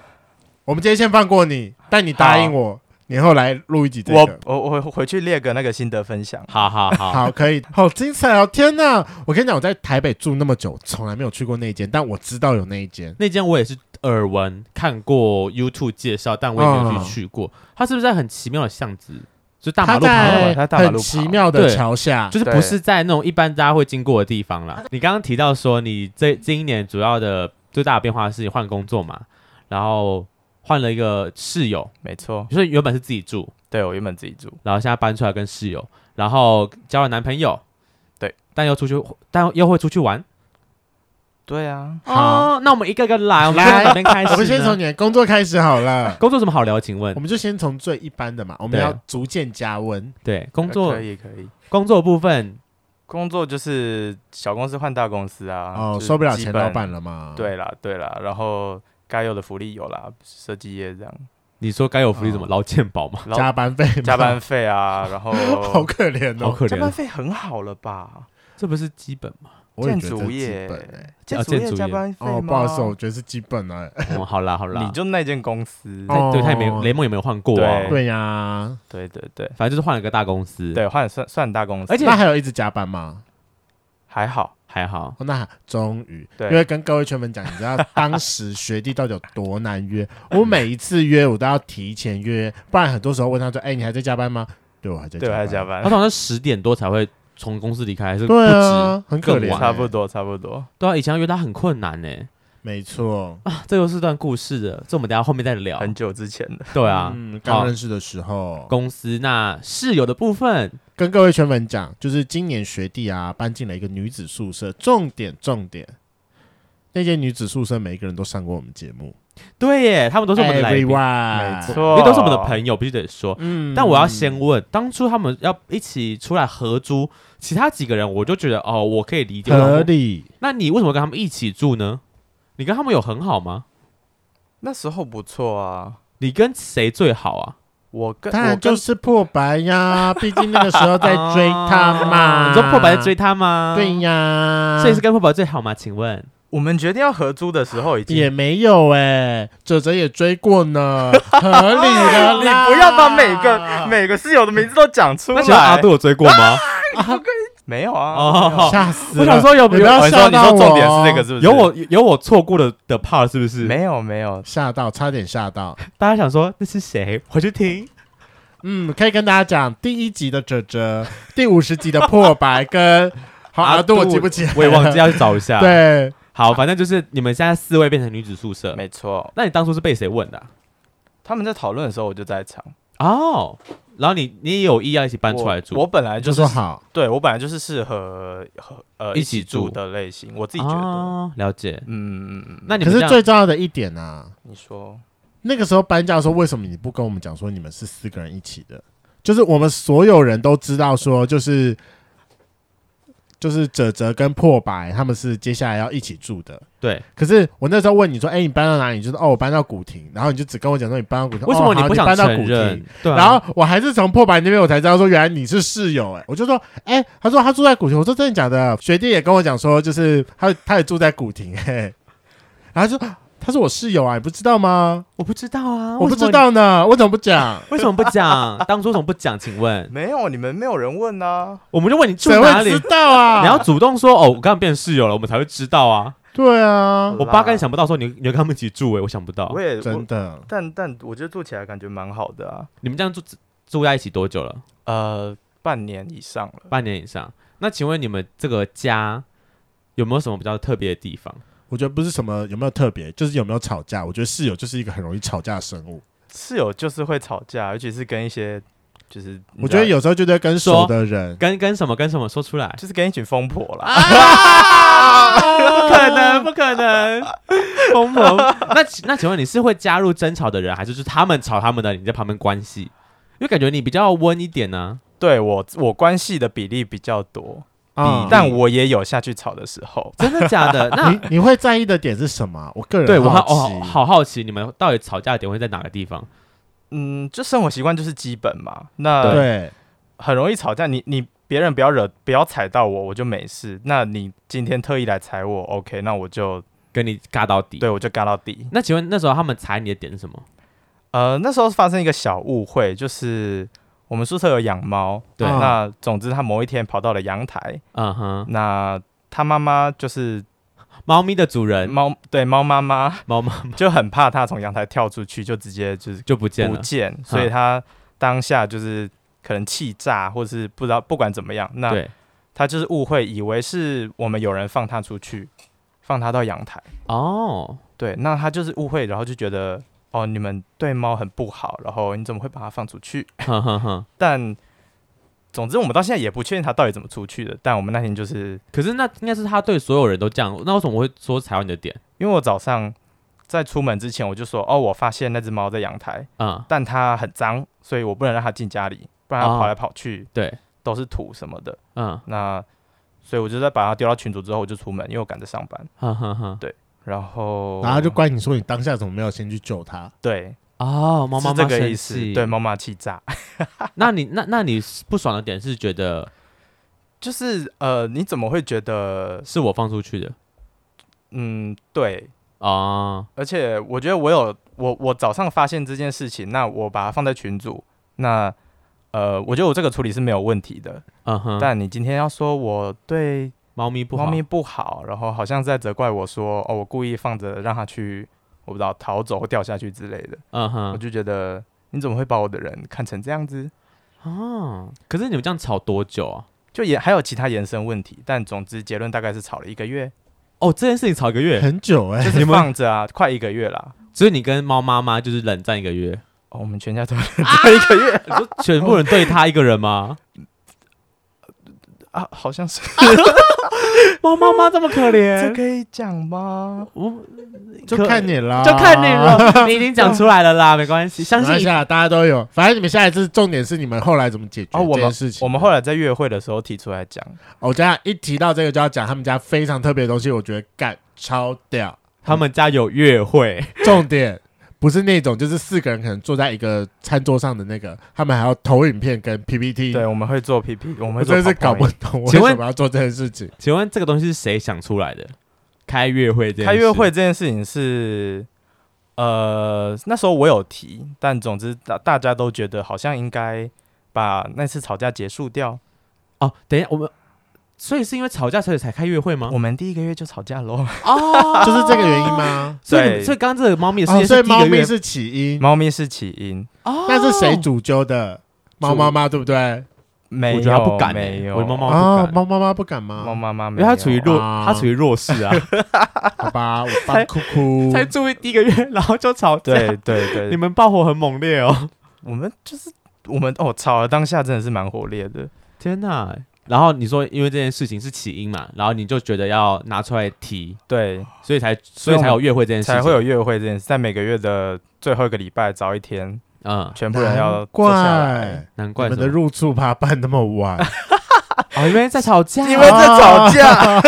Speaker 1: 我们今天先放过你，但你答应我，年后来录一集这
Speaker 3: 我
Speaker 1: 个。
Speaker 3: 我我回去列个那个心得分享，
Speaker 2: 好好好，
Speaker 1: 好，可以，好精彩哦！天哪，我跟你讲，我在台北住那么久，从来没有去过那一间，但我知道有那一间。
Speaker 2: 那间我也是耳闻看过 YouTube 介绍，但我也没有去去过。它是不是在很奇妙的巷子？就是大马
Speaker 1: 它
Speaker 2: 路旁
Speaker 1: 嗯在
Speaker 2: 边，
Speaker 3: 它大马路啊
Speaker 1: 很
Speaker 3: 旁
Speaker 1: 奇妙的
Speaker 2: 对
Speaker 1: 桥下，
Speaker 2: 就是不是在那种一般大家会经过的地方啦。你刚刚提到说，你这这一年主要的最大的变化是你换工作嘛，然后换了一个室友，
Speaker 3: 没错，
Speaker 2: 就是原本是自己住，
Speaker 3: 对我原本自己住，
Speaker 2: 然后现在搬出来跟室友，然后交了男朋友，
Speaker 3: 对，
Speaker 2: 但又出去，但又会出去玩。
Speaker 3: 对啊，
Speaker 1: 好
Speaker 2: 哦，那我们一个个来，我们
Speaker 1: 来
Speaker 2: 从哪边开始呢？
Speaker 1: 我们先从你的工作开始好了，
Speaker 2: 工作有什么好聊？请问
Speaker 1: 我，们就先从最一般的嘛，我们
Speaker 2: 对
Speaker 1: 要逐渐加温。
Speaker 2: 对工作
Speaker 3: 呃可以可以。
Speaker 2: 工作部分，
Speaker 3: 工作就是小公司换大公司啊，
Speaker 1: 哦
Speaker 3: 就，是
Speaker 1: 受不了
Speaker 3: 基
Speaker 1: 钱
Speaker 3: 本
Speaker 1: 老板了嘛？，
Speaker 3: 对啦，对啦，然后该有的福利有啦，设计业这样，
Speaker 2: 你说该有福利
Speaker 3: 哦
Speaker 2: 怎么劳健保吗？
Speaker 3: 然后
Speaker 1: 加班费嘛，
Speaker 3: 加班 费啊，然后
Speaker 1: 好可怜
Speaker 2: 好
Speaker 1: 哦。
Speaker 2: 可
Speaker 3: 加班
Speaker 2: 怜，啊
Speaker 3: 费很好了吧？
Speaker 2: 这不是基本 吗？
Speaker 1: 我也
Speaker 3: 建
Speaker 1: 觉得
Speaker 3: 筑
Speaker 1: 这基
Speaker 3: 业
Speaker 1: 本欸，
Speaker 2: 啊
Speaker 3: 建筑
Speaker 2: 建
Speaker 3: 业
Speaker 2: 筑
Speaker 3: 加
Speaker 2: 业
Speaker 3: 班费
Speaker 1: 哦，
Speaker 3: 吗
Speaker 1: 不好意思，我觉得是基本了欸。
Speaker 2: 哦，好啦好啦，
Speaker 3: 你就那间公司，
Speaker 1: 哦
Speaker 2: 对他也没雷蒙也没有换过啊，
Speaker 3: 对
Speaker 1: 对呀，
Speaker 3: 对对对
Speaker 2: 反正就是换了个大公司，，
Speaker 3: 对，换算算大公司，
Speaker 2: 而且
Speaker 1: 那还有一直加班吗？
Speaker 3: 还好，
Speaker 2: 还好，
Speaker 1: 哦，那还终于，
Speaker 3: 对
Speaker 1: 因为跟各位圈粉讲，你知道当时学弟到底有多难 约？我每一次约我都要提前约，不然很多时候问他说：“哎，你还在加班吗？”对，我还在，
Speaker 3: 对，还加
Speaker 1: 班。哦
Speaker 3: 班
Speaker 2: 他，通常是十点多才会从公司离开，还是不
Speaker 1: 对
Speaker 2: 止？
Speaker 1: 啊，很可
Speaker 2: 更
Speaker 1: 怜欸，
Speaker 2: 晚
Speaker 3: 差不多差不多，
Speaker 2: 对啊，以前要约他很困难呢，
Speaker 1: 没错。
Speaker 2: 啊这又是段故事的，这我们等一下后面再聊。
Speaker 3: 很久之前的，
Speaker 2: 对啊，
Speaker 1: 嗯，
Speaker 2: 好
Speaker 1: 刚认识的时候，
Speaker 2: 公司那室友的部分，
Speaker 1: 跟各位圈粉讲，就是今年学弟啊搬进了一个女子宿舍，重点重点，那间女子宿舍每一个人都上过我们节目，
Speaker 2: 对耶，他们都
Speaker 1: 都
Speaker 2: 是我们的来宾，因
Speaker 1: 没
Speaker 3: 没，
Speaker 2: 为
Speaker 3: 错，
Speaker 2: 都是我们的朋友，必须得说。
Speaker 1: 嗯
Speaker 2: 但我要先问，当初他们要一起出来合租，其他几个人我就觉得哦，我可以理解。
Speaker 1: 嗯合理，
Speaker 2: 那你为什么跟他们一起住呢？你跟他们有很好吗？
Speaker 3: 那时候不错啊，
Speaker 2: 你跟谁最好啊？
Speaker 3: 我跟
Speaker 1: 当
Speaker 3: 我
Speaker 1: 然
Speaker 3: 跟
Speaker 1: 就是破白 呀，毕竟那个时候在追他嘛，
Speaker 2: 你说破白在追他吗？
Speaker 1: 啊对、呀，
Speaker 2: 所以是跟破白最好吗？请问，
Speaker 3: 我们决定要合租的时候已经
Speaker 1: 也没有哎、哲哲也追过呢， 合理的
Speaker 3: 你
Speaker 1: 啦，
Speaker 3: 不要把每个每个室友的名字都讲出
Speaker 2: 那请问阿
Speaker 3: 来。
Speaker 2: 杜有追过吗？
Speaker 3: 没有啊，
Speaker 2: 哦
Speaker 3: 没 有
Speaker 1: 吓死了，
Speaker 2: 我想说有
Speaker 1: 你不要
Speaker 3: 我
Speaker 1: 吓
Speaker 3: 说你
Speaker 1: 到
Speaker 3: 说
Speaker 1: 我
Speaker 3: 重点
Speaker 1: 哦
Speaker 3: 是这个是不是？
Speaker 2: 有我有我错过的的 part 是不是？
Speaker 3: 没有没有，
Speaker 1: 吓到，差点吓到。
Speaker 2: 大家想说那是谁？回去听。
Speaker 1: 嗯，可以跟大家讲，第一集的哲哲， 第五十集的破白 跟好阿杜，我记不起来，
Speaker 2: 啊我也忘记。要去找一下。，
Speaker 1: 对，
Speaker 2: 好，反正就是你们现在四位变成女子宿舍。
Speaker 3: 没错。
Speaker 2: 那你当初是被谁问的啊、
Speaker 3: 他们在讨论的时候我就在场，
Speaker 2: 哦，然后你你也有意要一起搬出来住？
Speaker 3: 我我本来
Speaker 1: 就
Speaker 3: 就是
Speaker 1: 说好，
Speaker 3: 对我本来就是适合和呃
Speaker 2: 一
Speaker 3: 一
Speaker 2: 起
Speaker 3: 起住
Speaker 2: 住
Speaker 3: 的类型，我自
Speaker 2: 自
Speaker 3: 己觉得。
Speaker 2: 哦、了解。
Speaker 3: 嗯嗯嗯嗯，
Speaker 2: 那你
Speaker 1: 可
Speaker 2: 们
Speaker 1: 是
Speaker 2: 这样
Speaker 1: 最重要的一点啊，
Speaker 3: 你说
Speaker 1: 那个时候搬家的时候，为什么你不跟我们讲说你们是四个人一起的？就是我们所有人都知道说，就是就是哲哲跟破白他们是接下来要一起住的。
Speaker 2: 对，
Speaker 1: 可是我那时候问你说，哎、你搬到哪里？你就说哦，我搬到古亭，然后你就只跟我讲说你搬到古亭，
Speaker 2: 为什么
Speaker 1: 哦好你
Speaker 2: 不想
Speaker 1: 搬到
Speaker 2: 承
Speaker 1: 古
Speaker 2: 认
Speaker 1: 亭？？
Speaker 2: 对啊，
Speaker 1: 然后我还是从破白那边我才知道说，原来你是室友哎、我就说哎、他说他住在古亭，我说真的假的？学弟也跟我讲说，就是他他也住在古亭哎、然后他就说他是我室友啊，你不知道吗？
Speaker 2: 我不知道啊，
Speaker 1: 我
Speaker 2: 为
Speaker 1: 不
Speaker 2: 什么
Speaker 1: 知
Speaker 2: 你，
Speaker 1: 道呢，我怎么不讲？
Speaker 2: 为什么不 讲？当初为什么不讲？请问，
Speaker 3: 没有，你们没有人问啊。
Speaker 2: 我们就问你 住
Speaker 1: 谁
Speaker 2: 哪
Speaker 1: 会
Speaker 2: 里
Speaker 1: 知，道啊？
Speaker 2: 你要主动说哦，我刚刚变室友了，我们才会知道啊。
Speaker 1: 对啊，
Speaker 2: 我八竿想不到说你你要跟他们一起住诶、欸我想不到
Speaker 3: 我。也
Speaker 1: 真
Speaker 3: 呃我，
Speaker 1: 的，
Speaker 3: 但但我觉得住起来感觉蛮好的啊。
Speaker 2: 你们这样住住在一起多久了？
Speaker 3: 呃，半年以上了。
Speaker 2: 半年以上。那请问你们这个家有没有什么比较特别的地方？
Speaker 1: 我觉得不是什么有没有特别，就是有没有吵架。我觉得室友就是一个很容易吵架的生物。
Speaker 3: 室友就是会吵架，尤其是跟一些就是你
Speaker 1: 我
Speaker 3: 知
Speaker 1: 觉
Speaker 3: 道
Speaker 1: 得有时候就在跟熟的人，
Speaker 2: 跟跟什么跟什么说出来？
Speaker 3: 就是跟一群疯婆啦。
Speaker 2: 不 可能，不可能，疯魔。那请那请问你是会加入争吵的人，还是就是他们吵他们的，你在旁边关系？因为感觉你比较温一点呢、
Speaker 3: 对我我关系的比例比较多，
Speaker 1: 啊
Speaker 2: 嗯
Speaker 3: 但我也有下去吵的时候。
Speaker 2: 真的假的？ 那
Speaker 1: 你你会在意的点是什么？啊我个人
Speaker 2: 对我好
Speaker 1: 好
Speaker 2: 哦，
Speaker 1: 奇，
Speaker 2: 好好奇你们到底吵架的点会在哪个地方？
Speaker 3: 嗯，就生活习惯就是基本嘛。那
Speaker 1: 对，
Speaker 3: 很容易吵架，你你别人不要惹，不要踩到我，我就没事。那你今天特意来踩我，OK，那我就
Speaker 2: 跟你尬到底。
Speaker 3: 对我就尬到底。
Speaker 2: 那请问那时候他们踩你的点是什么？
Speaker 3: 呃，那时候发生一个小误会，就是我们宿舍有养猫，
Speaker 2: 对
Speaker 1: 嗯
Speaker 3: 那总之他某一天跑到了阳台，
Speaker 2: 嗯哼，
Speaker 3: 那他妈妈就是
Speaker 2: 猫咪的主人
Speaker 3: 猫，对猫妈妈
Speaker 2: 猫妈
Speaker 3: 就很怕它从阳台跳出去，就直接就是
Speaker 2: 就不见
Speaker 3: 不
Speaker 2: 了。嗯
Speaker 3: 见，所以他当下就是可能气炸，或是不知道，不管怎么样，那
Speaker 2: 对，
Speaker 3: 他就是误会，以为是我们有人放他出去，放他到阳台。
Speaker 2: 哦，
Speaker 3: 对，那他就是误会，然后就觉得哦，你们对猫很不好，然后你怎么会把它放出去？
Speaker 2: 哼哼哼。
Speaker 3: 但总之，我们到现在也不确定他到底怎么出去的。但我们那天就是
Speaker 2: 可是那应该是他对所有人都这样，那为什么我会说踩到你的点？
Speaker 3: 因为我早上在出门之前，我就说哦，我发现那只猫在阳台，
Speaker 2: 嗯，
Speaker 3: 但它很脏，所以我不能让它进家里，不
Speaker 2: 哦
Speaker 3: 然它跑来跑去、
Speaker 2: 对，
Speaker 3: 都是土什么的。
Speaker 2: 嗯，
Speaker 3: 那所以我就在把它丢到群组之后，我就出门，因为我赶着上班。
Speaker 2: 哼哼哼。
Speaker 3: 然后，
Speaker 1: 然后就怪你说你当下怎么没有先去救他？
Speaker 3: 对，
Speaker 2: 哦，猫
Speaker 3: 是
Speaker 2: 妈妈
Speaker 3: 这个
Speaker 2: 生
Speaker 3: 意思
Speaker 2: 气，
Speaker 3: 对，妈妈气炸，
Speaker 2: 那你那那你不爽的点是觉得
Speaker 3: 就是呃，你怎么会觉得
Speaker 2: 是我放出去的
Speaker 3: 嗯对？
Speaker 2: 哦，
Speaker 3: 而且我觉得我有我我早上发现这件事情，那我把它放在群组，那呃，我觉得我这个处理是没有问题的。
Speaker 2: 嗯哼，
Speaker 3: 但你今天要说我对
Speaker 2: 猫咪不好，
Speaker 3: 猫咪不好，然后好像在责怪我说哦，我故意放着让它去，我不知道逃走或掉下去之类的，
Speaker 2: 嗯
Speaker 3: 我
Speaker 2: 哼，
Speaker 3: 就觉得你怎么会把我的人看成这样子？
Speaker 2: 哦，可是你们这样吵多久啊？
Speaker 3: 就也还有其他延伸问题，但总之结论大概是吵了一个月，
Speaker 2: 哦，这件事情吵一个 月，
Speaker 1: 很久哎、
Speaker 3: 就
Speaker 1: 欸，
Speaker 3: 是放着啊，快一个月啦。
Speaker 2: 所以你跟猫妈妈就是冷战一个 月，
Speaker 3: 哦，我们全家都一个月
Speaker 2: 你说全部人对他一个人 吗？
Speaker 3: 啊，好像是
Speaker 2: 猫妈 妈这么可
Speaker 3: 这
Speaker 2: 怜，
Speaker 3: 可以讲吗？
Speaker 2: 我
Speaker 1: 就
Speaker 2: 可
Speaker 1: 看你啦，
Speaker 2: 就看你。了，你已经讲出来了啦，没关系，相
Speaker 1: 一
Speaker 2: 信
Speaker 1: 下，啊大家都有。反正你们下一次重点是你们后来怎么解决
Speaker 3: 哦，我
Speaker 1: 这
Speaker 3: 们
Speaker 1: 件事情。啊
Speaker 3: 我们后来在约会的时候提出来讲，
Speaker 1: 哦我等一下一提到这个就要讲他们家非常特别的东西，我觉得干超屌。
Speaker 2: 他们家有约会，
Speaker 1: 重点不是那种，就是四个人可能坐在一个餐桌上的那个，他们还要投影片跟 PPT。
Speaker 3: 对，我们会做 PP，我们
Speaker 1: 我
Speaker 3: 会做
Speaker 1: 真的是搞不
Speaker 3: PowerPoint
Speaker 1: 懂，为
Speaker 2: 请问
Speaker 1: 什么要做这件事情？
Speaker 2: 请问这个东西是谁想出来的？开约会这件事
Speaker 3: 开约会这件事情是，呃，那时候我有提，但总之大大家都觉得好像应该把那次吵架结束掉。
Speaker 2: 哦，等一下我们。所以是因为吵架所以才开约会
Speaker 1: 啊
Speaker 2: 吗？
Speaker 3: 我们第一个月就吵架喽，
Speaker 2: 哦，
Speaker 1: 就是这个原因？吗？
Speaker 2: 所以
Speaker 3: 对
Speaker 2: 你们所以刚刚这个猫咪的事
Speaker 1: 哦，
Speaker 2: 件
Speaker 1: 所以
Speaker 2: 是第一
Speaker 1: 猫
Speaker 2: 个
Speaker 1: 咪
Speaker 2: 月，
Speaker 1: 是起因，
Speaker 3: 猫咪是起因，
Speaker 2: 哦
Speaker 1: 那是谁主揪的？猫妈妈对不对？
Speaker 3: 没有，
Speaker 2: 我觉得它不敢欸
Speaker 3: 哦没有，
Speaker 2: 我的猫猫
Speaker 1: 啊
Speaker 2: 不，敢
Speaker 1: 猫妈妈不敢
Speaker 3: 猫
Speaker 1: 吗？
Speaker 3: 妈妈
Speaker 2: 因
Speaker 3: 没
Speaker 2: 为
Speaker 3: 有，
Speaker 2: 它处于弱，
Speaker 1: 啊
Speaker 2: 它处于弱势啊，
Speaker 1: 好吧，我帮哭哭。
Speaker 2: 才住第一个月，然后就吵架。
Speaker 3: 对 对对，
Speaker 2: 你们爆火很猛烈哦！
Speaker 3: 我们就是我们哦，吵了当下真的是蛮火烈的，
Speaker 2: 天哪！然后你说因为这件事情是起因嘛，然后你就觉得要拿出来提，
Speaker 3: 对，
Speaker 2: 所以才所以才有约会这件事情，
Speaker 3: 才会有约会这件事，在每个月的最后一个礼拜找一天，
Speaker 2: 嗯，
Speaker 3: 全部人要坐下来，
Speaker 1: 怪
Speaker 2: 难怪
Speaker 1: 你们的
Speaker 2: 什么
Speaker 1: 入住趴办那么晚，
Speaker 2: 哦，因为在吵架，
Speaker 3: 因为在吵架，
Speaker 1: 哦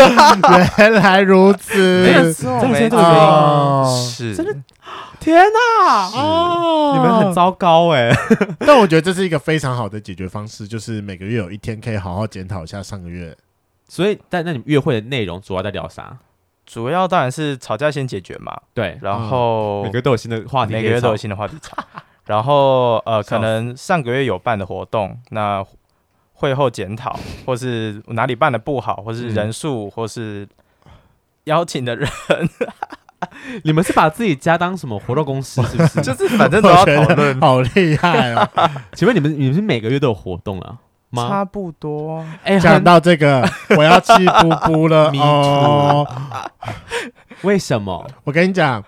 Speaker 1: 原来如此，
Speaker 2: 没错，
Speaker 3: 真的
Speaker 2: 没
Speaker 3: 是这
Speaker 2: 错
Speaker 3: 个原因
Speaker 1: 哦
Speaker 3: 是
Speaker 2: 真的天哪，哦，你们很糟糕哎，
Speaker 1: 但我觉得这是一个非常好的解决方式，就是每个月有一天可以好好检讨一下上个月。
Speaker 2: 所以，但那你们约会的内容主要在聊啥？
Speaker 3: 主要当然是吵架先解决嘛，
Speaker 2: 对，
Speaker 3: 然后
Speaker 2: 哦每个月都有新的话题，
Speaker 3: 每个月都有，新的话题吵，然后
Speaker 2: 笑
Speaker 3: 呃，
Speaker 2: 死
Speaker 3: 可能上个月有办的活动，那会后检讨，或是哪里办的不好，或是
Speaker 2: 嗯
Speaker 3: 人数，或是邀请的人，
Speaker 2: 你们是把自己家当什么活动公司是不 是？
Speaker 3: 就是反正都要
Speaker 1: 我觉
Speaker 3: 讨
Speaker 1: 得
Speaker 3: 论，
Speaker 1: 好厉害哦！
Speaker 2: 请问你们你们是每个月都有活动啊？吗？
Speaker 3: 差不多。
Speaker 2: 哎，
Speaker 1: 讲
Speaker 2: 很
Speaker 1: 到这个，我要气噗噗 了
Speaker 2: Me too
Speaker 1: 哦！
Speaker 2: 为什么？
Speaker 1: 我跟你讲，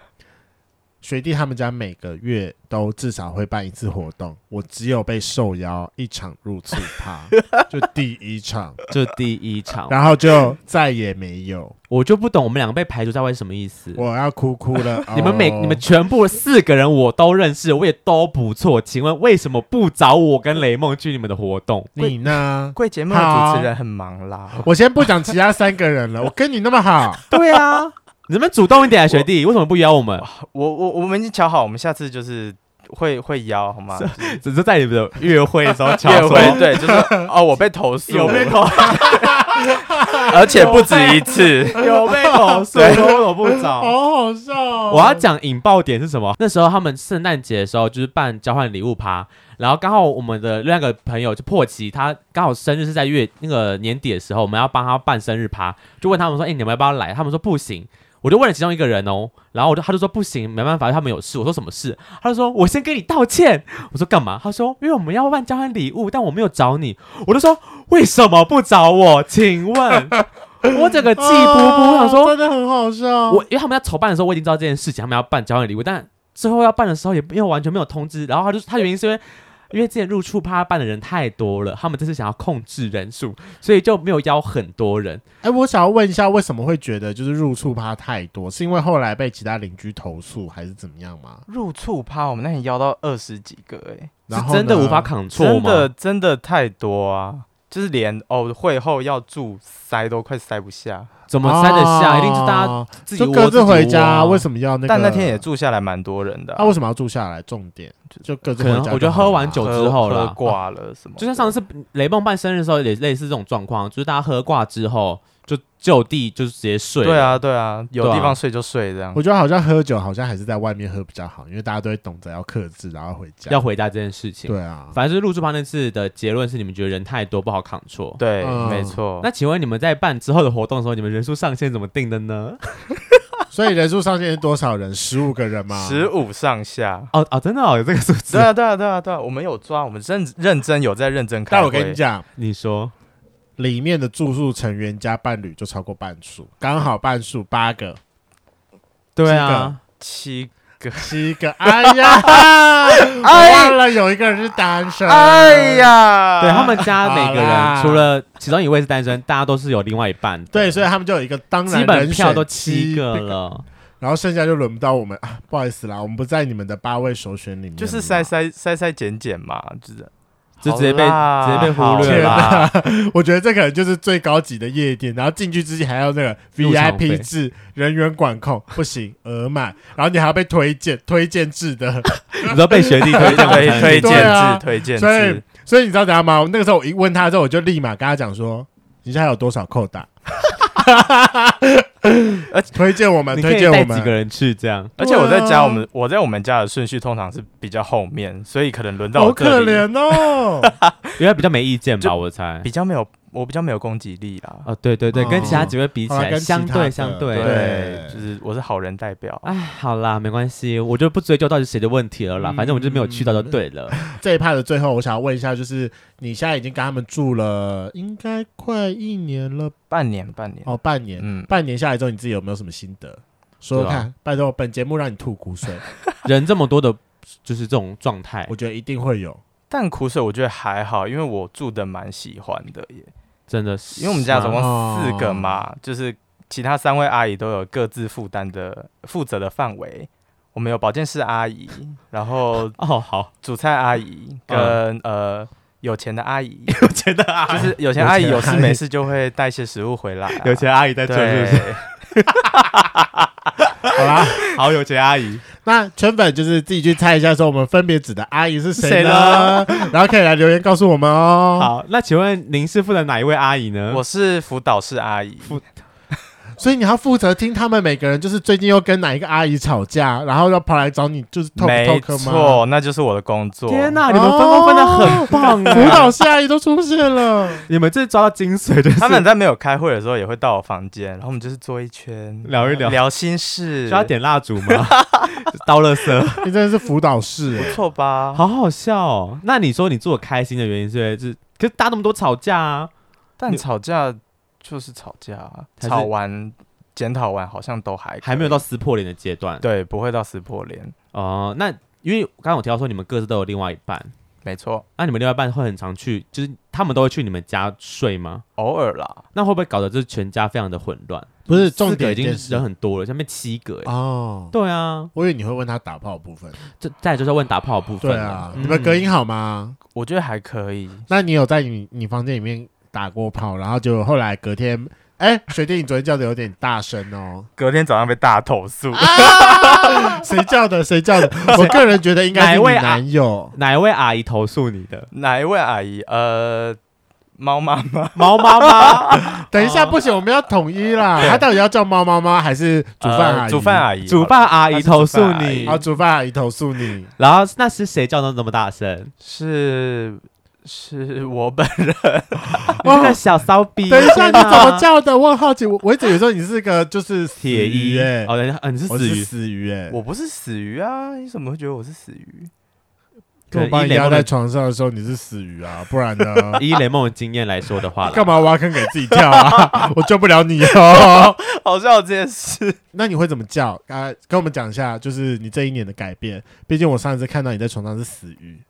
Speaker 1: 学弟他们家每个月都至少会办一次活动，我只有被受邀一场入醋趴， 就第一场，
Speaker 2: 就第一场，
Speaker 1: 然后就再也没有。
Speaker 2: 我就不懂我们两个被排除在外是什么意思。
Speaker 1: 我要哭哭 了！
Speaker 2: 你们每
Speaker 1: 哦
Speaker 2: 你们全部四个人我都认识，我也都不错。请问为什么不找我跟雷梦去你们的活动？
Speaker 1: 你呢？
Speaker 3: 贵节目的主持人很忙啦，
Speaker 1: 我先不讲其他三个人了，我跟你那么好，
Speaker 2: 对啊， 你们主动一点啊，学弟，为什么不邀我们？
Speaker 3: 我我我们已经瞧好，我们下次就是会会邀好 吗？就是
Speaker 2: 只是在你们的约会的时候 敲
Speaker 3: 约
Speaker 2: 说
Speaker 3: 会对，就是哦，我被投诉，
Speaker 2: 有被投，
Speaker 3: 而且不止一 次。
Speaker 2: 有被投诉，为什么不找？
Speaker 1: 好好笑、哦
Speaker 2: 我要讲引爆点是什么？那时候他们圣诞节的时候就是办交换礼物趴，然后刚好我们的另外一个朋友就破奇，他刚好生日是在月那个年底的时候，我们要帮他办生日趴，就问他们说：“哎、你们要不要来？”他们说不行。我就问了其中一个人哦，然后我就他就说不行，没办法，他们有事。我说什么事？他就说我先跟你道歉。我说干嘛？他说因为我们要办交换礼物，但我没有找你。我就说为什么不找我？请问， 我整个气不不，我想说
Speaker 1: 哦真的很好笑。
Speaker 2: 我因为他们在筹办的时候，我已经知道这件事情，他们要办交换礼物，但最后要办的时候也没有完全没有通知。然后他就他原因是因为因为之前入处趴办的人太多了，他们这次想要控制人数，所以就没有邀很多人。
Speaker 1: 哎、我想要问一下，为什么会觉得就是入处趴太多？是因为后来被其他邻居投诉，还是怎么样吗？
Speaker 3: 入处趴，我们那天邀到二十几个、欸，哎，
Speaker 2: 是
Speaker 1: 然后呢
Speaker 2: 真的无法扛错
Speaker 3: 真的
Speaker 2: 吗？
Speaker 3: 真的太多啊！就是连哦会后要住塞都快塞不下，
Speaker 2: 怎么塞得下？一定是大家
Speaker 1: 哦
Speaker 2: 自己
Speaker 1: 就
Speaker 2: 窝
Speaker 1: 各自回
Speaker 2: 窝啊
Speaker 1: 家，为什么要那个？
Speaker 3: 但那天也，住下来蛮多人的啊、
Speaker 1: 那、为什么要住下来？重点就各自
Speaker 2: 可
Speaker 1: 回家
Speaker 2: 能
Speaker 1: 就好了。
Speaker 2: 我觉得喝完酒
Speaker 3: 喝
Speaker 2: 之后
Speaker 3: 喝
Speaker 2: 啦，
Speaker 3: 挂了什么的？
Speaker 2: 就像上次雷梦办生日的时候也类似这种状况，就是大家喝挂之后就就地就直接睡了。
Speaker 3: 对啊对啊，有
Speaker 2: 对啊
Speaker 3: 地方睡就睡这样。
Speaker 1: 我觉得好像喝酒好像还是在外面喝比较好，因为大家都会懂得要克制，然后回家。
Speaker 2: 要回家这件事情。
Speaker 1: 对啊，
Speaker 2: 反正就是入住趴那次的结论是，你们觉得人太多不好扛错。
Speaker 3: 对，
Speaker 1: 嗯
Speaker 3: 没错。
Speaker 2: 那请问你们在办之后的活动的时候，你们人数上限怎么定的呢？
Speaker 1: 所以人数上限是多少人？十五个人吗？
Speaker 3: 十五上下。
Speaker 2: 哦哦，真的哦，有这个数
Speaker 3: 对
Speaker 2: 字。
Speaker 3: 啊对啊对啊对啊，我们有抓，我们认认真有在认真看。
Speaker 1: 但我跟你，讲，
Speaker 2: 你说
Speaker 1: 里面的住宿成员加伴侣就超过半数，刚好半数八个、
Speaker 2: 对
Speaker 1: 啊，
Speaker 3: 七
Speaker 1: 七个。哎呀，我忘了有一个人是单 身。
Speaker 3: 哎，呀，
Speaker 2: 对他们家每个
Speaker 1: 好啦
Speaker 2: 人除了其中一位是单身，大家都是有另外一半的。
Speaker 1: 对，所以他们就有一个当然
Speaker 2: 基本
Speaker 1: 人选
Speaker 2: 票都
Speaker 1: 七
Speaker 2: 七个， 了，
Speaker 1: 然后剩下就轮不到我们啊，不好意思啦，我们不在你们的八位首选里面，
Speaker 3: 就是塞。塞塞塞减减嘛，就是
Speaker 2: 就直接被
Speaker 3: 好啦
Speaker 2: 直接被忽略
Speaker 1: 好
Speaker 2: 了。
Speaker 1: 我觉得这可能就是最高级的夜店，然后进去之前还要那个
Speaker 2: 入场费
Speaker 1: VIP 制人员管控，不行，额满，然后你还要被推荐，推荐制的。
Speaker 2: 你知道被学弟推荐我才能
Speaker 3: 推推推
Speaker 1: 对
Speaker 2: 进
Speaker 3: 荐
Speaker 1: 啊
Speaker 3: 制推荐
Speaker 1: 所以
Speaker 3: 制，，
Speaker 1: 所以你知道怎样吗？我那个时候我一问他之后，我就立马跟他讲说：“你现在有多少扣打？”
Speaker 3: 而
Speaker 1: 推荐我们，
Speaker 2: 你可
Speaker 1: 推
Speaker 2: 以
Speaker 1: 荐
Speaker 2: 带
Speaker 1: 我
Speaker 2: 几个
Speaker 1: 们。
Speaker 2: 人去这样。
Speaker 3: 而且我在家我
Speaker 1: 啊
Speaker 3: 们我在我们家的顺序通常是比较后面，所以可能轮到
Speaker 1: 好
Speaker 3: 我这
Speaker 1: 可
Speaker 3: 里
Speaker 1: 怜哦！
Speaker 2: 因为比较没意见吧，
Speaker 3: 就
Speaker 2: 我猜。
Speaker 3: 比较没有我比较没有攻击力啦。
Speaker 2: 哦，对对对，
Speaker 1: 哦
Speaker 2: 跟其他几位比起
Speaker 1: 好啦
Speaker 2: 来，
Speaker 1: 跟其他
Speaker 2: 相
Speaker 1: 的
Speaker 2: 对相对。
Speaker 1: 对
Speaker 3: 就是我是好人代表。
Speaker 2: 哎，好啦，没关系，我就不追究到底谁的问题了啦，
Speaker 1: 嗯
Speaker 2: 反正我就没有去到就对了。
Speaker 1: 这一趴的最后，我想要问一下，就是你现在已经跟他们住了，应该快一年了
Speaker 3: 半年半年，
Speaker 1: 哦，半年，
Speaker 3: 嗯，
Speaker 1: 半年下来之后，你自己有没有什么心得？说说
Speaker 2: 对啊
Speaker 1: 看，拜托，本节目让你吐苦 水，
Speaker 2: 人这么多的，就是这种状态
Speaker 1: 我，觉得一定会有。
Speaker 3: 但苦水我觉得还好，因为我住的蛮喜欢的耶，
Speaker 2: 真的是，
Speaker 3: 因为我们家总
Speaker 2: 啊
Speaker 3: 共四个嘛，就是其他三位阿姨都有各自负担的负责的范围，我们有保健室阿姨，然后
Speaker 2: 哦，好，
Speaker 3: 煮菜阿姨跟、呃有钱的阿姨，
Speaker 2: 嗯 有钱的阿
Speaker 3: 就是有钱阿姨有事没事就会带一些食物回来、啊。
Speaker 2: 有钱阿姨在做是
Speaker 3: 对
Speaker 2: 不是？
Speaker 1: 好啦，
Speaker 2: 好，有钱阿姨，
Speaker 1: 那圈粉就是自己去猜一下，说我们分别指的阿姨是谁呢？ 然后可以来留言告诉我们哦。
Speaker 2: 好，那请问您是负责哪一位阿姨呢？
Speaker 3: 我是辅导室阿姨，
Speaker 1: 所以你要负责听他们每个人，就是最近又跟哪一个阿姨吵架，然后要跑来找你，就是 talk
Speaker 3: 没
Speaker 1: talk 吗？
Speaker 3: 错，那就是我的工作。
Speaker 2: 天哪，你们分工分的很棒啊！
Speaker 1: 辅导室阿姨都出现了，
Speaker 2: 你们这抓到精髓，就是
Speaker 3: 他们在没有开会的时候也会到我房间，然后我们就是坐一圈
Speaker 2: 聊一聊
Speaker 3: 聊心事，
Speaker 2: 需要点蜡烛 吗？刀乐色，
Speaker 1: 你真的是辅导室、
Speaker 3: 不错吧？
Speaker 2: 好好笑哦。那你说你做的开心的原因是因为是，可是大家那么多吵架啊，
Speaker 3: 但吵架就是吵架啊，
Speaker 2: 还是
Speaker 3: 吵完检讨完好像都还可以
Speaker 2: 还没有到撕破脸的阶段。
Speaker 3: 对，不会到撕破脸，
Speaker 2: 哦、那因为刚刚我提到说你们各自都有另外一半，
Speaker 3: 没错，
Speaker 2: 那你们另外一半会很常去，就是他们都会去你们家睡吗？
Speaker 3: 偶尔啦。
Speaker 2: 那会不会搞得就是全家非常的混乱？
Speaker 1: 不是
Speaker 2: 四
Speaker 1: 重
Speaker 2: 个
Speaker 1: 点
Speaker 2: 已经
Speaker 1: 件事
Speaker 2: 人很多了，下面七个哎、
Speaker 1: 哦。
Speaker 2: 对啊，
Speaker 1: 我以为你会问他打炮的部分，
Speaker 2: 这再来就是要问打炮的部分
Speaker 1: 对
Speaker 2: 了。
Speaker 1: 啊，
Speaker 2: 嗯
Speaker 1: 你们隔音好吗？
Speaker 3: 我觉得还可以，
Speaker 1: 那你有在你你房间里面打过炮，然后就后来隔天，哎，学弟你昨天叫的有点大声哦，
Speaker 3: 隔天早上被大投诉，
Speaker 1: 谁叫的？谁叫的？我个人觉得应该是
Speaker 2: 哪
Speaker 1: 你
Speaker 2: 位啊
Speaker 1: 男友。
Speaker 2: 哪一位阿姨投诉你 的？
Speaker 3: 哪一位阿姨？呃，猫妈妈，
Speaker 2: 毛妈妈、
Speaker 1: 等一下，
Speaker 2: 哦
Speaker 1: 不行，我们要统一 啦。他到底要叫猫猫吗？还是 煮饭阿
Speaker 3: 呃
Speaker 1: 姨？
Speaker 3: 煮饭阿姨，
Speaker 2: 煮饭阿姨投诉你
Speaker 3: 她
Speaker 1: 啊，，煮饭阿姨投诉 你。
Speaker 2: 然后那是谁叫的那么 大声？
Speaker 3: 是是我本人，
Speaker 2: 你这个小骚逼！
Speaker 1: 哦等一下，
Speaker 2: 天
Speaker 1: 你
Speaker 2: 哪
Speaker 1: 怎么？叫的？我很好奇。我我一直以为你是个就是死
Speaker 2: 铁
Speaker 1: 鱼
Speaker 2: 一
Speaker 1: 哎，
Speaker 2: 哦，等一下，嗯，你是
Speaker 1: 我
Speaker 2: 死
Speaker 1: 是
Speaker 2: 鱼，
Speaker 1: 死鱼哎。
Speaker 3: 我不是死鱼啊，你怎么会觉得我是死鱼？
Speaker 1: 跟我
Speaker 2: 可
Speaker 1: 把
Speaker 2: 能
Speaker 1: 你
Speaker 2: 以雷
Speaker 1: 压
Speaker 2: 梦
Speaker 1: 在
Speaker 2: 的？
Speaker 1: 床上的时候，你是死鱼啊，不然呢
Speaker 2: 以雷梦的经验来说的话 啦，
Speaker 1: 干嘛挖坑给自己跳啊？ 我救不了你哦。
Speaker 3: 好笑这件事，
Speaker 1: 那你会怎么叫？啊，跟我们讲一下，就是你这一年的改变。毕竟我上一次看到你在床上是死鱼，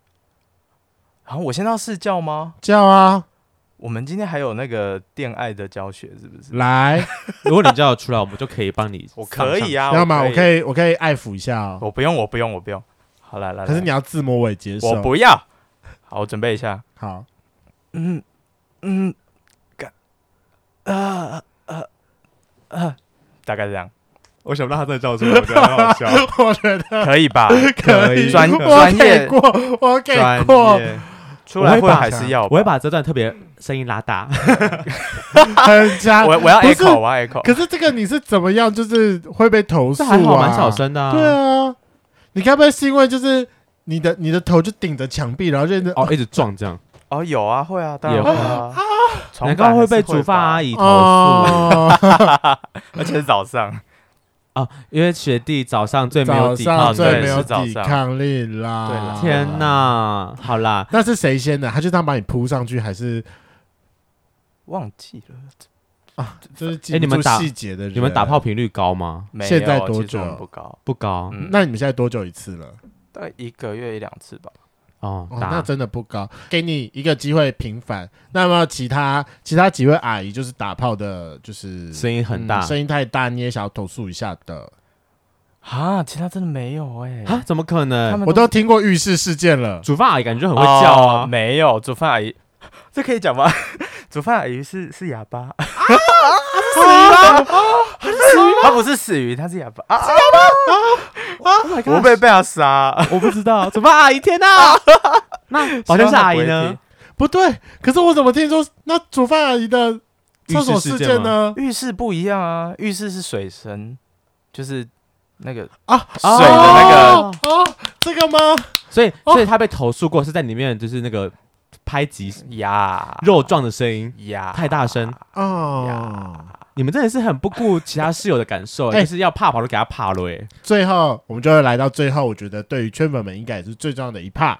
Speaker 3: 然后我现在要试教吗？
Speaker 1: 叫啊，
Speaker 3: 我们今天还有那个恋爱的教学，是不是？
Speaker 1: 来，
Speaker 2: 如果你叫得出来，我们就可以帮 你
Speaker 3: 我
Speaker 2: 上上。
Speaker 3: 可以啊，
Speaker 1: 要吗？我可
Speaker 3: 以，
Speaker 1: 以，我可以爱抚一下哦。
Speaker 3: 我不用，我不用，我不用。好来来，
Speaker 1: 可是
Speaker 3: 来
Speaker 1: 你要自摸，我也接受。
Speaker 3: 我不要。好，我准备一下。
Speaker 1: 好，
Speaker 3: 嗯嗯，干啊啊啊，大概这样，
Speaker 2: 我想不到他真的叫出来，我觉得很好笑。
Speaker 1: 我觉得
Speaker 3: 可以吧？
Speaker 1: 可以，
Speaker 3: 专
Speaker 1: 我
Speaker 3: 专
Speaker 1: 给
Speaker 3: 业
Speaker 1: 过，我给 过
Speaker 2: 专，业，
Speaker 3: 出来
Speaker 2: 我会
Speaker 3: 会
Speaker 2: 把
Speaker 3: 还是要吧？
Speaker 2: 我会把这段特别声音 拉大。
Speaker 1: 很加。
Speaker 3: 我我要
Speaker 1: 不是
Speaker 3: echo，我要 echo。
Speaker 1: 可是这个你是怎么样？就是会被投诉
Speaker 2: 这
Speaker 1: 啊？
Speaker 2: 还好，蛮小。声的。
Speaker 1: 对，啊，你该不会是因为就是你的你的头就顶着墙壁，然后认真
Speaker 2: 哦，一直撞这样，
Speaker 3: 哦，有啊，会啊，当然
Speaker 2: 也
Speaker 3: 会
Speaker 2: 会
Speaker 3: 啊。床
Speaker 2: 难
Speaker 3: 板
Speaker 2: 怪
Speaker 3: 还
Speaker 2: 会
Speaker 3: 是
Speaker 2: 被煮饭啊阿
Speaker 3: 吧，
Speaker 2: 姨投诉
Speaker 1: 哦，
Speaker 3: 而且是早上。
Speaker 2: 啊，因为学弟早上最没
Speaker 1: 早
Speaker 2: 有抵
Speaker 1: 上
Speaker 2: 抗
Speaker 1: 最没
Speaker 2: 力。
Speaker 1: 有
Speaker 3: 是早
Speaker 1: 抵
Speaker 3: 上
Speaker 1: 抗力啦！
Speaker 3: 对啦
Speaker 2: 天！哪，好啦，
Speaker 1: 那是谁先的？他就这样把你扑上去，还是
Speaker 3: 忘记了，
Speaker 1: 啊？就是记
Speaker 2: 哎你
Speaker 1: 不
Speaker 2: 们
Speaker 1: 住
Speaker 2: 打
Speaker 1: 细节的人。
Speaker 2: 你们打炮频率高吗？
Speaker 3: 没有，
Speaker 1: 现在多
Speaker 3: 其实我们
Speaker 1: 久
Speaker 3: 不高，
Speaker 2: 不高
Speaker 3: 嗯，
Speaker 1: 那你们现在多久一次了？
Speaker 3: 大概一个月一两次吧。
Speaker 2: 哦
Speaker 1: 哦，，那
Speaker 2: 打
Speaker 1: 真的不高，给你一个机会平反。那么其他其他几位阿姨就是打炮的，就是
Speaker 2: 声音很大
Speaker 1: 嗯声音太大，你也想要投诉一下的。
Speaker 3: 啊，其他真的没有哎、
Speaker 2: 啊？怎么可
Speaker 3: 他
Speaker 2: 能？
Speaker 3: 们
Speaker 1: 我都听过浴室事件了，
Speaker 2: 煮饭阿姨感觉很会叫
Speaker 3: 哦
Speaker 2: 啊。
Speaker 3: 没有，煮饭阿姨， 这可以讲吗？ 煮饭阿姨是是哑巴， 她不是死鱼，她是哑巴。啊，
Speaker 2: Oh my
Speaker 3: 我
Speaker 2: god！
Speaker 3: 被被她杀，
Speaker 2: 我不知道， 怎么阿姨天哪？
Speaker 1: 哦
Speaker 2: 那保健室阿姨呢？
Speaker 1: 不对。可是我怎么听说那煮饭阿姨的厕所
Speaker 2: 浴室事件
Speaker 1: 件呢？
Speaker 3: 浴室不一样啊，浴室是水声，就是那个
Speaker 1: 啊，
Speaker 3: 水的那
Speaker 1: 哦哦，这个吗？
Speaker 2: 所以，
Speaker 1: 哦
Speaker 2: 所以她被投诉过是在里面，就是那个拍击
Speaker 3: 个呀
Speaker 2: 肉撞的声音
Speaker 3: 呀
Speaker 2: 太大声。
Speaker 1: 哦，
Speaker 2: 你们真的是很不顾其他室友的感受，
Speaker 1: 哎
Speaker 2: 就是要怕跑都给他怕了哎。
Speaker 1: 最后我们就会来到最后，我觉得对于圈粉们应该也是最重要的一 part，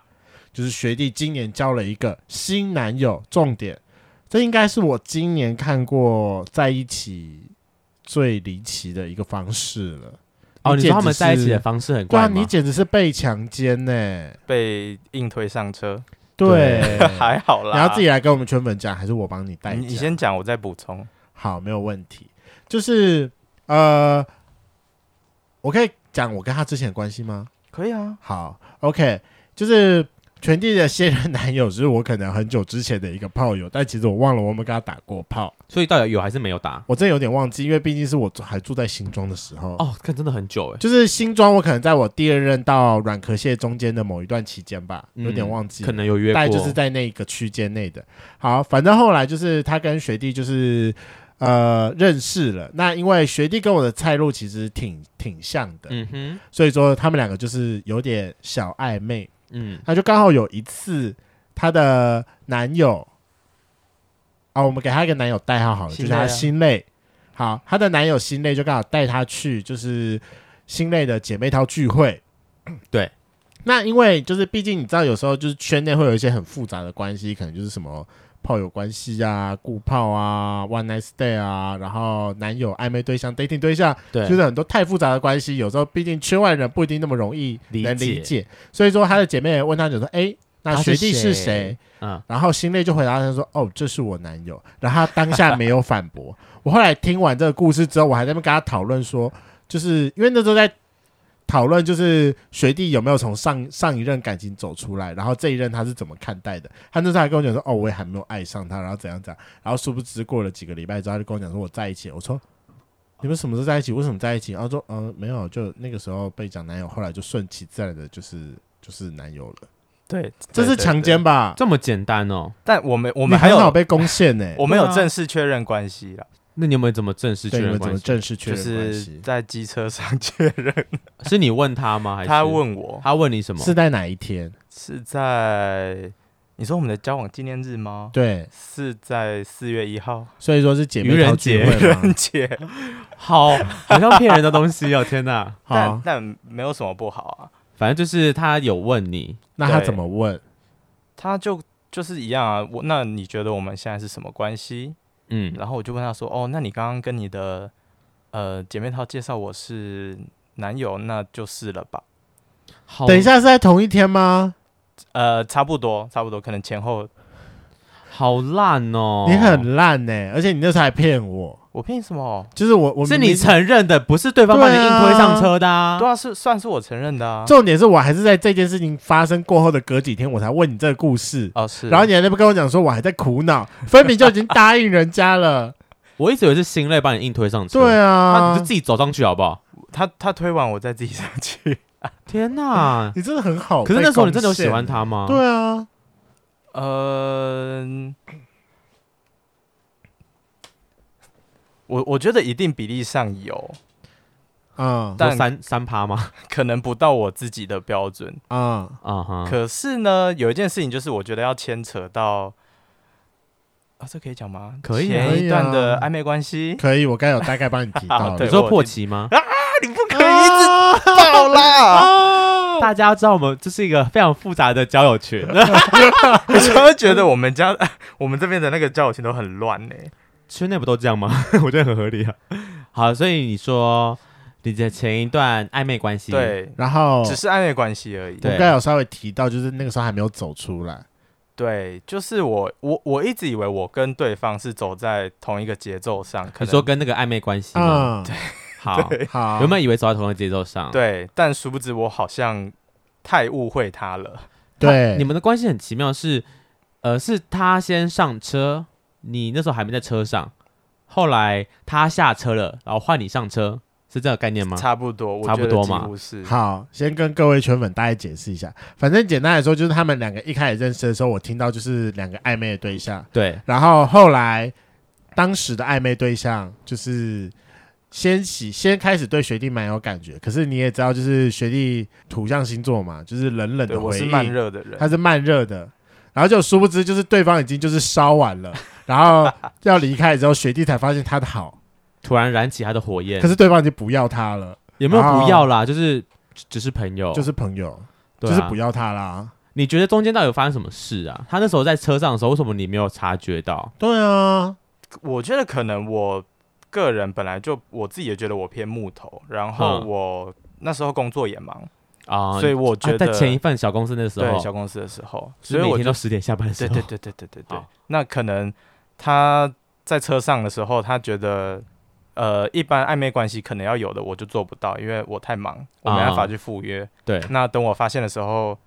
Speaker 1: 就是学弟今年交了一个新男友，重点，这应该是我今年看过在一起最离奇的一个方式了。
Speaker 2: 哦，你
Speaker 1: 简
Speaker 2: 说
Speaker 1: 直
Speaker 2: 他们在一起的
Speaker 1: 是
Speaker 2: 方式很
Speaker 1: 对啊，
Speaker 2: 怪
Speaker 1: 你
Speaker 2: 吗？
Speaker 1: 简直是被强奸呢、
Speaker 3: 被硬推上车，
Speaker 1: 对，
Speaker 3: 还好啦。
Speaker 1: 你要自己来跟我们圈粉讲，还是我帮你代
Speaker 3: 你，
Speaker 1: 讲？
Speaker 3: 你先讲，我再补充。
Speaker 1: 好，没有问题。就是呃，我可以讲我跟他之前的关系吗？
Speaker 3: 可以啊，
Speaker 1: 好，OK，就是全弟的现任男友，是我可能很久之前的一个炮友，但其实我忘了我们跟他打过炮，
Speaker 2: 所以到底有还是没有打？
Speaker 1: 我真的有点忘记，因为毕竟是我住还住在新庄的欸时候。
Speaker 2: 哦，看真的很久哎、
Speaker 1: 就是新庄，我可能在我第二任到软壳蟹中间的某一段期间吧，有点
Speaker 2: 嗯
Speaker 1: 忘记了
Speaker 2: 可能有约
Speaker 1: 大
Speaker 2: 过，
Speaker 1: 概就是在那个区间内的。好，反正后来就是他跟学弟就是呃认识了。那因为学弟跟我的菜路其实挺挺像的，
Speaker 2: 嗯哼，
Speaker 1: 所以说他们两个就是有点小暧昧。
Speaker 2: 嗯，
Speaker 1: 那就刚好有一次，她的男友啊，我们给她一个男友代号好了，就
Speaker 3: 心
Speaker 1: 是
Speaker 3: 累啊
Speaker 1: 她心累。好，她的男友心累就刚好带她去，就是心累的姐妹淘聚会。
Speaker 2: 对，
Speaker 1: 那因为就是毕竟你知道，有时候就是圈内会有一些很复杂的关系，可能就是什么炮友关系啊、顾炮啊、one night stay 啊，然后男友暧昧对象、dating 对象，
Speaker 2: 对，
Speaker 1: 就是很多太复杂的关系，有时候毕竟圈外人不一定那么容易
Speaker 2: 理
Speaker 1: 能理解，
Speaker 2: 解
Speaker 1: 所以说他的姐妹也问他就说：“哎、那
Speaker 2: 他
Speaker 1: 学
Speaker 2: 是
Speaker 1: 弟是
Speaker 2: 谁
Speaker 1: 谁
Speaker 2: 嗯？”，
Speaker 1: 然后心累就回答他说：“哦，这是我男友。”然后他当下没有反驳。 我后来听完这个故事之后，我还在那边跟他讨论说，就是因为那时候在讨论，就是学弟有没有从上上一任感情走出来，然后这一任他是怎么看待的。他那时候还跟我讲说：“哦，我也还没有爱上他，然后怎样怎样。”然后殊不知过了几个礼拜之后，他就跟我讲说：“我在一起了。”我说：“你们什么时候在一起？为什么在一起？”然后说：“嗯、没有，就那个时候被讲男友，后来就顺其自然的，就是就是男友了。”
Speaker 3: 对，
Speaker 1: 这是强
Speaker 3: 吧？对
Speaker 1: 奸吧？
Speaker 2: 这么简单哦。
Speaker 3: 但我们我
Speaker 1: 我
Speaker 3: 们还
Speaker 1: 很好
Speaker 3: 有
Speaker 1: 被攻陷欸 呢。
Speaker 3: 我们有
Speaker 2: 对啊
Speaker 3: 正式确认关系啦，
Speaker 2: 那你有没有怎么正式确
Speaker 1: 对你
Speaker 2: 认
Speaker 1: 们怎
Speaker 2: 关
Speaker 1: 么
Speaker 2: 系？
Speaker 1: 正式确
Speaker 3: 就
Speaker 1: 认关
Speaker 3: 是
Speaker 1: 系？
Speaker 3: 在机车上确 认。
Speaker 2: 是你问他吗？还是
Speaker 3: 他问我
Speaker 2: 他问你什么？
Speaker 1: 是在哪一天？
Speaker 3: 是在你说我们的交往纪念日吗？
Speaker 1: 对，
Speaker 3: 是在四月一号，
Speaker 1: 所以说是姐妹
Speaker 2: 愚人
Speaker 1: 淘聚
Speaker 2: 节
Speaker 1: 会 吗？
Speaker 3: 姐，
Speaker 2: 好，好像骗人的东西哦！天哪，
Speaker 1: 好
Speaker 3: 但，但没有什么不好啊。
Speaker 2: 反正就是他有问你，
Speaker 1: 那他
Speaker 3: 对
Speaker 1: 怎么问？
Speaker 3: 他就就是一样啊。我那你觉得我们现在是什么关系？
Speaker 2: 嗯，
Speaker 3: 然后我就问他说：“哦，那你刚刚跟你的呃姐妹淘介绍我是男友，那就是了吧？
Speaker 2: 好，
Speaker 1: 等一，下是在同一天吗？
Speaker 3: 呃，差不多，差不多，可能前后。
Speaker 2: 好烂哦！
Speaker 1: 你很烂呢，而且你那时候还骗我，
Speaker 3: 我凭什么？
Speaker 1: 就是我我
Speaker 2: 是
Speaker 1: 明
Speaker 2: 你
Speaker 1: 明
Speaker 2: 承认的，不是对方把你
Speaker 1: 对
Speaker 2: 硬
Speaker 1: 啊
Speaker 2: 推上车的啊
Speaker 3: 对！啊，是算是我承认的啊。
Speaker 1: 重点是我还是在这件事情发生过后的隔几天，我才问你这个故事。
Speaker 3: 哦，是。
Speaker 1: 然后你还在那边跟我讲说，我还在苦恼， 分明就已经答应人家了。
Speaker 2: 我一直以为 是心累把你硬推上车，
Speaker 1: 对
Speaker 2: 那你
Speaker 1: 啊
Speaker 2: 就，自己走上去好不好？
Speaker 3: 他他推完我再自己上 去。
Speaker 2: 天哪！
Speaker 1: 你真的很好。
Speaker 2: 可是那时候你真的有喜欢？他吗？
Speaker 1: 对啊，呃
Speaker 3: 嗯，我我觉得一定比例上有，
Speaker 1: 嗯
Speaker 2: 说
Speaker 3: 但
Speaker 2: 三三趴吗？
Speaker 3: 可能不到我自己的标准。
Speaker 1: 嗯，
Speaker 2: 啊哈，
Speaker 3: 可是呢，有一件事情就是我觉得要牵扯到啊，这可以讲吗？
Speaker 2: 可以啊
Speaker 1: 可
Speaker 3: 前
Speaker 1: 以
Speaker 3: 一段的
Speaker 1: 啊
Speaker 3: 暧昧关 系，
Speaker 1: 可以，我刚有大概帮你提到
Speaker 3: 好
Speaker 1: 了。
Speaker 2: 你
Speaker 3: 对
Speaker 2: 说
Speaker 3: 我
Speaker 2: 破期吗？
Speaker 3: 不可以一直爆啦！
Speaker 2: 大家知道我们这是一个非常复杂的交友群，
Speaker 3: 我常常觉得我们家 我们这边的那个交友群都很乱呢、
Speaker 2: 圈内不都这样吗？我觉得很合理啊。好，所以你说你的前一段暧昧关系，，
Speaker 3: 对，
Speaker 1: 然后
Speaker 3: 只是暧昧关系而已。
Speaker 1: 我
Speaker 2: 对
Speaker 1: 刚才有稍微提到，就是那个时候还没有走出来。
Speaker 3: 对，就是我我我一直以为我跟对方是走在同一个节奏上，可
Speaker 2: 你
Speaker 3: 能
Speaker 2: 说跟那个暧昧关系吗？
Speaker 1: 嗯，
Speaker 2: 好，
Speaker 1: 好，
Speaker 2: 原本以为走在同一个节奏上，，
Speaker 3: 对，但殊不知我好像太误会他了。
Speaker 1: 对
Speaker 2: 你们的关系很奇妙是，呃，是他先上车，你那时候还没在车上，后来他下车了，然后换你上车，是这个概念吗？
Speaker 3: 嗯差不多，我
Speaker 2: 差
Speaker 3: 觉
Speaker 2: 不
Speaker 3: 得
Speaker 2: 多
Speaker 3: 几
Speaker 2: 嘛
Speaker 3: 乎是。
Speaker 1: 好，先跟各位圈粉大概解释一下。反正简单来说，就是他们两个一开始认识的时候，我听到就是两个暧昧的对象，
Speaker 2: 对，
Speaker 1: 然后后来当时的暧昧对象就是。先喜先开始对学弟蛮有感觉，可是你也知道，就是学弟土象星座嘛，就是冷冷
Speaker 3: 对，
Speaker 1: 的
Speaker 3: 我
Speaker 1: 回
Speaker 3: 是
Speaker 1: 忆，
Speaker 3: 慢热的人，
Speaker 1: 他是慢热的，然后就殊不知就是对方已经就是烧完了，然后要离开之后，学弟才发现他的好，
Speaker 2: 突然燃起他的火焰
Speaker 1: 可，是对方已经不要他了，
Speaker 2: 有没有
Speaker 1: 哦
Speaker 2: 不要啦？就是只是朋友，
Speaker 1: 就是朋友，
Speaker 2: 哦对
Speaker 1: 就
Speaker 2: 啊
Speaker 1: 是不要他啦。
Speaker 2: 你觉得中间到底有发生什么事啊？他那时候在车上的时候，为什么你没有察觉到？
Speaker 1: 对啊，
Speaker 3: 我觉得可能我个人本来就我自己也觉得我偏木头，然后
Speaker 2: 嗯
Speaker 3: 我那时候工作也忙，
Speaker 2: 啊、
Speaker 3: 所以我
Speaker 2: 啊
Speaker 3: 觉
Speaker 2: 在
Speaker 3: 得、
Speaker 2: 前一份小公司那时候，
Speaker 3: 对小公司的时候，
Speaker 2: 所
Speaker 3: 所
Speaker 2: 以
Speaker 3: 以
Speaker 2: 每
Speaker 3: 我
Speaker 2: 天
Speaker 3: 就
Speaker 2: 都十点下班的时候，
Speaker 3: 对
Speaker 2: 哦
Speaker 3: 对对对对对对
Speaker 2: 好，
Speaker 3: 那可能他在车上的时候，他觉得呃，一般暧昧关系可能要有的，我就做不到，因为我太忙，我没办法
Speaker 2: 啊
Speaker 3: 去赴约。
Speaker 2: 对，
Speaker 3: 那等我发现的时候，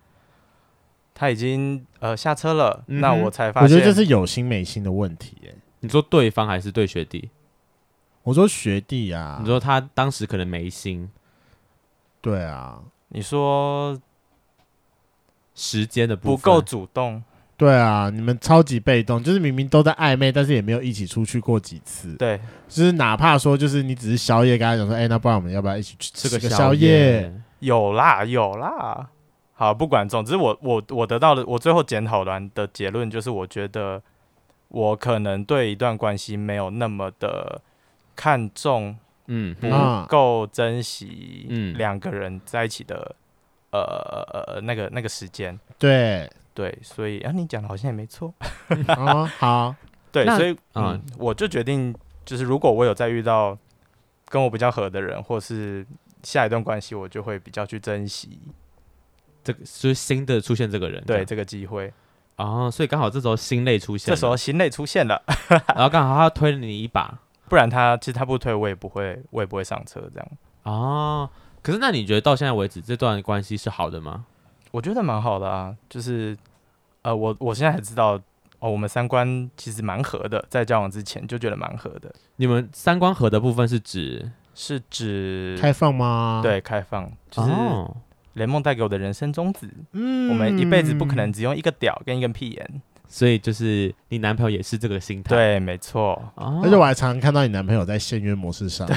Speaker 3: 他已经呃下车了，
Speaker 1: 嗯哼
Speaker 3: 那我才发
Speaker 1: 我
Speaker 3: 现，
Speaker 1: 觉得这是有心没心的问题、耶。
Speaker 2: 你说对方还是对学弟？
Speaker 1: 我说学弟啊
Speaker 2: 你，说他当时可能没心，
Speaker 1: 对啊，
Speaker 3: 你说
Speaker 2: 时间的部
Speaker 3: 不
Speaker 2: 分
Speaker 3: 够主动，
Speaker 1: 对啊，你们超级被动，就是明明都在暧昧，但是也没有一起出去过几次。
Speaker 3: 对，
Speaker 1: 就是哪怕说，就是你只是宵夜，跟他讲说，哎、那不然我们要不要一起去
Speaker 2: 吃
Speaker 1: 个
Speaker 2: 个
Speaker 1: 宵
Speaker 2: 夜？
Speaker 3: 有啦有啦。好，不管，总之我我我得到的，我最后检讨完的结论就是，我觉得我可能对一段关系没有那么的看重
Speaker 2: 嗯
Speaker 3: 不
Speaker 1: 嗯
Speaker 2: 嗯
Speaker 3: 够珍惜
Speaker 2: 嗯
Speaker 3: 两个人在一起的、呃呃呃那个那个时间。
Speaker 1: 对，
Speaker 3: 对，所以啊，你讲的好像也没错。
Speaker 1: 哦，好，
Speaker 3: 对，
Speaker 2: 那
Speaker 3: 所以
Speaker 2: 啊
Speaker 3: 嗯，我就决定，就是如果我有再遇到跟我比较合的人，或是下一段关系，我就会比较去珍惜
Speaker 2: 这个就是新的出现这个人，
Speaker 3: 对这个机会。
Speaker 2: 这样，哦，所以刚好这时候新类出现
Speaker 3: 这
Speaker 2: 了，
Speaker 3: 时候心累出现了，
Speaker 2: 然后刚好他推了你一把，
Speaker 3: 不然他其实他不推，我也不会，我也不会上车这样。
Speaker 2: 哦，可是那你觉得到现在为止这段关系是好的吗？
Speaker 3: 我觉得蛮好的啊，就是呃，我我现在才知道。哦，我们三观其实蛮合的，在交往之前就觉得蛮合的，
Speaker 2: 你们三观合的部分是指
Speaker 3: 是指
Speaker 1: 开放吗？，
Speaker 3: 对，开放就是
Speaker 2: 哦
Speaker 3: 雷梦带给我的人生宗旨。
Speaker 1: 嗯
Speaker 3: 我们一辈子不可能只用一个屌跟一根屁 眼。
Speaker 2: 所以就是你男朋友也是这个心态，，
Speaker 3: 对，没错。
Speaker 2: 哦，
Speaker 1: 而且我还常常看到你男朋友在限约模式上，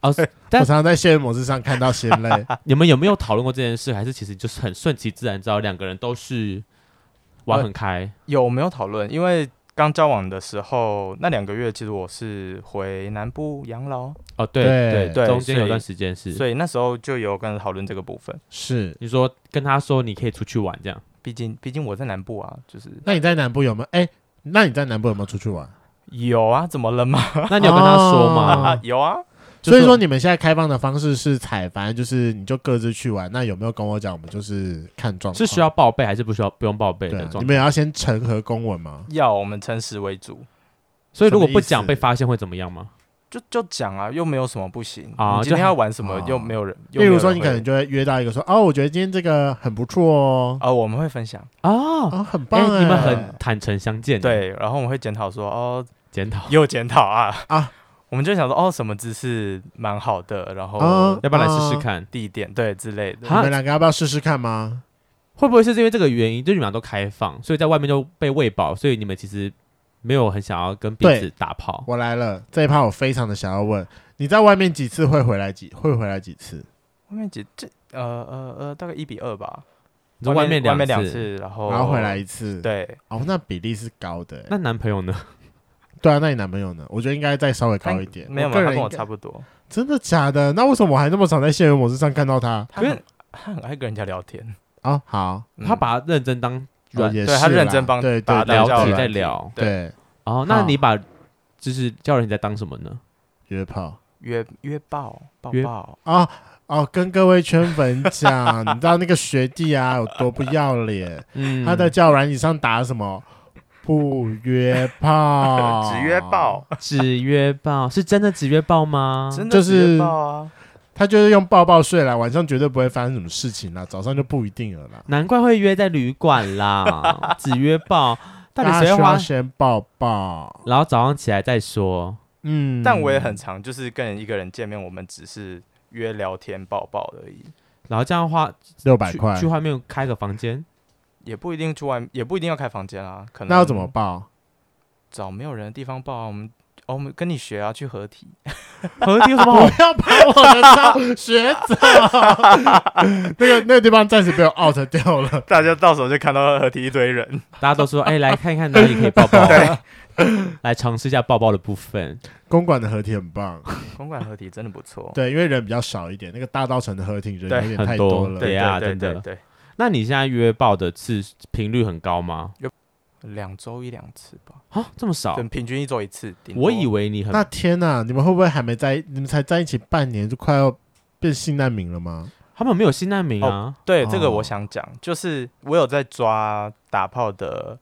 Speaker 2: 哦，
Speaker 1: 我
Speaker 2: 但
Speaker 1: 常常在限约模式上看到心 累。
Speaker 2: 你们有没有讨论过这件事？还是其实就是很顺其自然，知道两个人都是玩很开，
Speaker 3: 有没有讨论？因为刚交往的时候那两个月，其实我是回南部养老，
Speaker 2: 哦，对
Speaker 1: 对
Speaker 3: 对
Speaker 2: 中间
Speaker 3: 所以
Speaker 2: 有段时间是，
Speaker 3: 所以那时候就有跟他讨论这个部分。
Speaker 1: 是，
Speaker 2: 你说跟他说你可以出去玩这样，
Speaker 3: 毕竟，毕竟我在南部啊，就是
Speaker 1: 那你在南部有没有？哎、那你在南部有没有出去玩？
Speaker 3: 有啊，怎么了嘛？
Speaker 2: 那你有跟他说吗？
Speaker 1: 哦
Speaker 3: 啊， 有啊，
Speaker 2: 就
Speaker 1: 所以
Speaker 2: 是
Speaker 1: 说你们现在开放的方式是采，反正就是你就各自去玩。那有没有跟我讲？我们就是看状况，
Speaker 2: 是需要报备还是不需要不用报备
Speaker 1: 对、
Speaker 2: 的
Speaker 1: 啊，
Speaker 2: 状
Speaker 1: 你
Speaker 2: 态？
Speaker 1: 们也要先审核公文吗？
Speaker 3: 要我们诚实为主，
Speaker 2: 所以如果
Speaker 1: 什么
Speaker 2: 不
Speaker 1: 意思
Speaker 2: 讲被发现会怎么样吗？
Speaker 3: 就就讲啊，又没有什么不行。
Speaker 2: 啊
Speaker 3: 你今天
Speaker 2: 就
Speaker 3: 要玩什么
Speaker 1: 啊
Speaker 3: 又没有人，
Speaker 1: 例
Speaker 3: 又没有
Speaker 1: 如
Speaker 3: 人
Speaker 1: 说，你
Speaker 3: 会
Speaker 1: 可能就会约到一个说，哦，我觉得今天这个很不错哦，
Speaker 3: 啊，我们会分享，
Speaker 2: 哦，
Speaker 1: 啊，很
Speaker 2: 哎、
Speaker 1: 棒哎，
Speaker 2: 你们很坦诚相见，，
Speaker 3: 对，然后我们会检讨说，哦，
Speaker 2: 检讨，
Speaker 3: 又检讨啊
Speaker 1: 啊
Speaker 3: 啊！ 我们就想说，哦，什么姿势蛮好的，然
Speaker 1: 啊
Speaker 3: 后
Speaker 2: 要不然来试试看，
Speaker 3: 地点对之类的
Speaker 2: 哈。
Speaker 1: 你们两个要不要试试看吗？
Speaker 2: 会不会是因为这个原因，就你们俩都开放，所以在外面就被喂饱，所以你们其实没有很想要跟彼此
Speaker 1: 对
Speaker 2: 打炮。
Speaker 1: 我来了，这一趴我非常的想要问，你在外面几次会回来几会回来几次？
Speaker 3: 外面几这呃呃呃，大概一比二吧。
Speaker 2: 你说
Speaker 3: 外
Speaker 2: 面
Speaker 3: 外
Speaker 2: 两
Speaker 3: 面两，次，然后
Speaker 1: 然后回来一次，，
Speaker 3: 对，
Speaker 1: 哦，那比例是高的欸。
Speaker 2: 那男朋友呢？
Speaker 1: 对啊，那你男朋友呢？我觉得应该再稍微
Speaker 3: 他
Speaker 1: 高一点。
Speaker 3: 没有，
Speaker 1: 个
Speaker 3: 没有，他
Speaker 1: 人
Speaker 3: 跟我
Speaker 1: 应该
Speaker 3: 差不多。
Speaker 1: 真的假的？那为什么我还那么常在现实模式上看到他？
Speaker 3: 他很他很爱跟人家聊天，
Speaker 1: 哦，好，
Speaker 3: 嗯
Speaker 2: 他把他认真当
Speaker 1: 哦
Speaker 2: 软
Speaker 1: 也是
Speaker 3: 对
Speaker 1: 啦，
Speaker 3: 他认真帮
Speaker 1: 对对
Speaker 3: 把他
Speaker 1: 对
Speaker 2: 聊
Speaker 3: 交
Speaker 1: 对
Speaker 2: 体
Speaker 3: 软
Speaker 2: 在
Speaker 3: 体
Speaker 2: 聊。
Speaker 1: 对
Speaker 2: 哦，那
Speaker 1: 好
Speaker 2: 你把就是叫人你在当什么呢？
Speaker 1: 约炮。
Speaker 3: 约约抱抱
Speaker 2: 约
Speaker 3: 抱，
Speaker 1: 哦哦，跟各位圈粉讲，你知道那个学弟啊有多不要脸？
Speaker 2: 嗯
Speaker 1: 他在教软椅上打什么？不约炮，
Speaker 3: 只约抱。，
Speaker 2: 只约报是真的只约报吗？
Speaker 3: 真
Speaker 1: 就
Speaker 3: 的只
Speaker 1: 是
Speaker 3: 约抱啊。
Speaker 1: 他就是用抱抱睡啦，晚上绝对不会发生什么事情啦，早上就不一定了啦。
Speaker 2: 难怪会约在旅馆啦，只约报，到底
Speaker 1: 大
Speaker 2: 谁
Speaker 1: 家
Speaker 2: 会
Speaker 1: 需要
Speaker 2: 花？
Speaker 1: 先抱抱？
Speaker 2: 然后早上起来再说。
Speaker 1: 嗯，
Speaker 3: 但我也很常就是跟一个人见面，我们只是约聊天抱抱而已，
Speaker 2: 然后这样花
Speaker 1: 六百
Speaker 2: 去
Speaker 1: 块
Speaker 2: 去，外面开个房间，
Speaker 3: 也不一定去外，也不一定要开房间啊。可能
Speaker 1: 那要怎么抱？
Speaker 3: 找没有人的地方报啊，我们哦，我们跟你学啊，去合体。
Speaker 2: 何必有什么好
Speaker 1: 不？要把我的当学 长，那个那个地方暂时被我 out 掉了。
Speaker 3: 大家到时候就看到合体一堆人，
Speaker 2: 大家都说，哎、来看看哪里可以抱 抱， 来尝试一下抱抱的部分。
Speaker 1: 公馆的合体很棒，
Speaker 3: 公馆合体真的不错。
Speaker 1: 对，因为人比较少一点，那个大道城的合体人
Speaker 3: 对
Speaker 1: 有点
Speaker 2: 很
Speaker 1: 太
Speaker 2: 多
Speaker 1: 了。
Speaker 2: 对
Speaker 3: 对
Speaker 2: 啊
Speaker 3: 对
Speaker 2: 真的
Speaker 3: 对对，
Speaker 2: 那你现在约抱的次频率很高吗？
Speaker 3: 两周一两次吧，
Speaker 2: 啊，这么少
Speaker 3: 对，？平均一周一次。顶多
Speaker 2: 我以为你很
Speaker 1: 那天呐、你们会不会还没在？你们才在一起半年，就快要变性难民了吗？
Speaker 2: 他们没有新难民啊，
Speaker 3: 对这个
Speaker 1: 哦
Speaker 3: 我想讲，就是我有在抓打炮的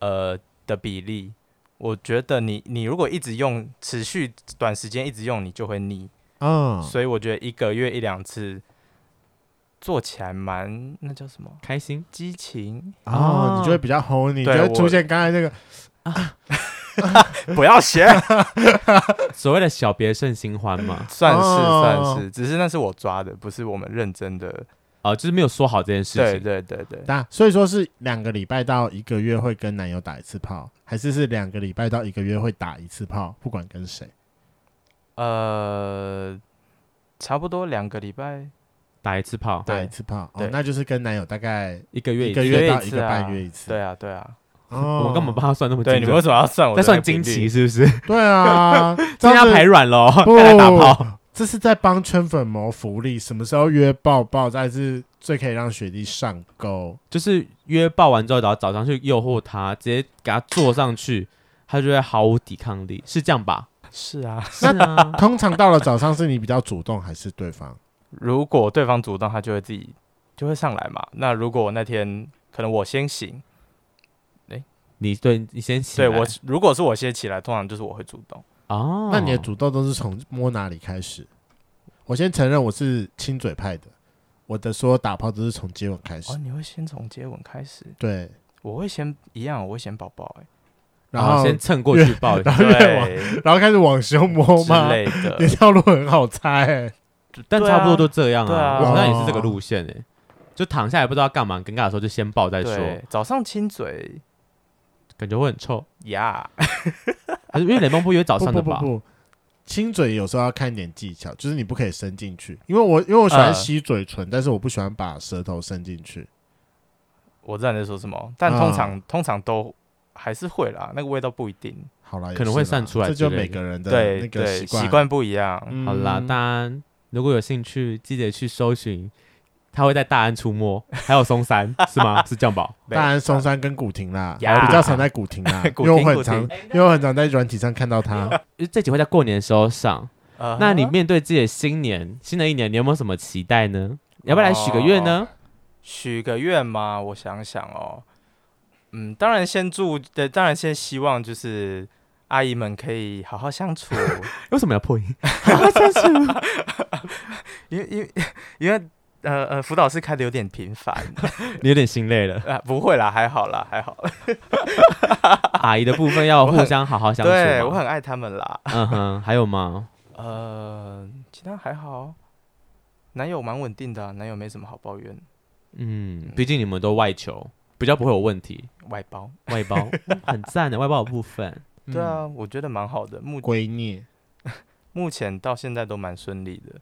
Speaker 3: 呃的比例，我觉得你你如果一直用，持续短时间一直用，你就会腻。
Speaker 1: 嗯，
Speaker 3: 所以我觉得一个月一两次做起来蛮那叫什么
Speaker 2: 开心
Speaker 3: 激情，
Speaker 1: 哦，你就会比较 horny，你就
Speaker 3: 对
Speaker 1: 会
Speaker 3: 我
Speaker 1: 出现刚才那个
Speaker 3: 不要学，
Speaker 2: 所谓的小别胜新欢嘛，
Speaker 3: 算是
Speaker 1: 哦
Speaker 3: 算是，只是那是我抓的，不是我们认真的。
Speaker 2: 啊、就是没有说好这件事情。
Speaker 3: 对对对对，
Speaker 1: 那所以说是两个礼拜到一个月会跟男友打一次炮，还是是两个礼拜到一个月会打一次炮，不管跟谁？
Speaker 3: 呃，差不多两个礼拜，
Speaker 2: 打一次炮，
Speaker 3: 对
Speaker 1: 打一次炮，哦
Speaker 3: 对，
Speaker 1: 那就是跟男友大概
Speaker 2: 一个月
Speaker 1: 一
Speaker 2: 一
Speaker 1: 个
Speaker 2: 次。
Speaker 1: 月
Speaker 3: 一
Speaker 1: 到
Speaker 3: 次
Speaker 1: 一个
Speaker 3: 啊
Speaker 1: 半月一次。
Speaker 3: 对啊对啊，
Speaker 1: 哦，
Speaker 2: 我们干嘛帮他算那么精
Speaker 3: 对，你们为
Speaker 2: 准？
Speaker 3: 什么要算我
Speaker 2: 在
Speaker 3: 的
Speaker 2: 算
Speaker 3: 频
Speaker 2: 惊奇
Speaker 3: 率
Speaker 2: 是不是？
Speaker 1: 对啊，
Speaker 2: 今
Speaker 1: 这
Speaker 2: 天
Speaker 1: 样
Speaker 2: 要
Speaker 1: 子
Speaker 2: 排软喽，
Speaker 1: 不
Speaker 2: 再来打炮。
Speaker 1: 这是在帮圈粉谋福利，什么时候约抱抱才是最可以让学弟上钩？
Speaker 2: 就是约爆完之后，然后早上去诱惑他，直接给他坐上去，他就会毫无抵抗力，是这样吧？
Speaker 3: 是啊，
Speaker 2: 是啊，
Speaker 1: 通常到了早上是你比较主动还是对方？
Speaker 3: 如果对方主动，他就会自己就会上来嘛。那如果那天可能我先醒，
Speaker 2: 你对你先起
Speaker 3: 对
Speaker 2: 来，
Speaker 3: 我如果是我先起来，通常就是我会主动。
Speaker 2: 哦，
Speaker 1: 那你的主动都是从摸哪里开始？我先承认我是亲嘴派的，我的所有打炮都是从接吻开始
Speaker 3: 哦，。你会先从接吻开始，
Speaker 1: 对，
Speaker 3: 我会先一样，我会先抱抱、 欸，
Speaker 1: 然
Speaker 2: 哦
Speaker 1: 后
Speaker 2: 先蹭过去抱一
Speaker 3: 啊
Speaker 2: 下，
Speaker 1: 然后 越往然后开始往胸摸
Speaker 3: 之
Speaker 1: 吗？
Speaker 3: 类
Speaker 1: 你
Speaker 3: 的。
Speaker 1: 套路很好猜、欸，
Speaker 2: 但
Speaker 3: 对
Speaker 2: 差不多
Speaker 3: 啊
Speaker 2: 都这样
Speaker 3: 对啊
Speaker 2: 我好像也是这个路线诶，就躺下来不知道干嘛，很尴尬的时候就先抱再说
Speaker 3: 对，，早上亲嘴
Speaker 2: 感觉会很臭，
Speaker 3: 呀
Speaker 2: 还是因为雷蒙不约早
Speaker 1: 不
Speaker 2: 上
Speaker 1: 不
Speaker 2: 的
Speaker 1: 不
Speaker 2: 吧？
Speaker 1: 不，亲嘴有时候要看一点技巧，就是你不可以伸进去，因为我因为我喜欢
Speaker 3: 呃
Speaker 1: 吸嘴唇，但是我不喜欢把舌头伸进去。
Speaker 3: 我知道你在说什么，但通常、通常都还是会啦，那个味道不一定，
Speaker 1: 好啦，也
Speaker 2: 可能会
Speaker 1: 是啦
Speaker 2: 散出来
Speaker 1: 这就
Speaker 2: 之类
Speaker 1: 每
Speaker 2: 的
Speaker 1: 个人的
Speaker 3: 对
Speaker 1: 那个
Speaker 3: 对，
Speaker 1: 惯。
Speaker 3: 习惯不一样。
Speaker 1: 嗯
Speaker 2: 好啦，大家如果有兴趣，记得去搜寻，他会在大安出没，还有松 山是吗？是酱宝，
Speaker 1: 当然松山跟古亭啦，
Speaker 3: 呀，
Speaker 1: 我比较常在古亭啦
Speaker 3: 古
Speaker 1: 因
Speaker 3: 亭
Speaker 1: 为我很常
Speaker 3: 古，
Speaker 1: 因为我很常在软体上看到他。
Speaker 2: 因为呃这集会在过年的时候上。
Speaker 3: 呃
Speaker 2: 那你面对自己的新年，新的一年，你有没有什么期待呢？要不要来许个愿呢？
Speaker 3: 许个愿吗？我想想哦，嗯，当然先祝，对，当然先希望就是阿姨们可以好好相处，
Speaker 2: 为什么要破 音？
Speaker 3: 因为因为因为呃呃，辅导室开的有点频繁
Speaker 2: 你有点心累了。
Speaker 3: 啊，不会啦，还好啦，还好，
Speaker 2: 阿姨的部分要
Speaker 3: 我
Speaker 2: 互
Speaker 3: 很
Speaker 2: 相好好相处嘛。
Speaker 3: 对我很爱他们啦，
Speaker 2: 嗯 哼，还有吗？
Speaker 3: 呃，其他还好，男友蛮稳定的啊、男友没什么好抱怨，
Speaker 2: 嗯，毕竟你们都外求，比较不会有问 题。
Speaker 3: 外包，
Speaker 2: 外包嗯很赞的，外包的部分。
Speaker 3: 对
Speaker 1: 嗯，
Speaker 3: 啊，我觉得蛮好的，目
Speaker 1: 闺虐，
Speaker 3: 目前到现在都蛮顺利的，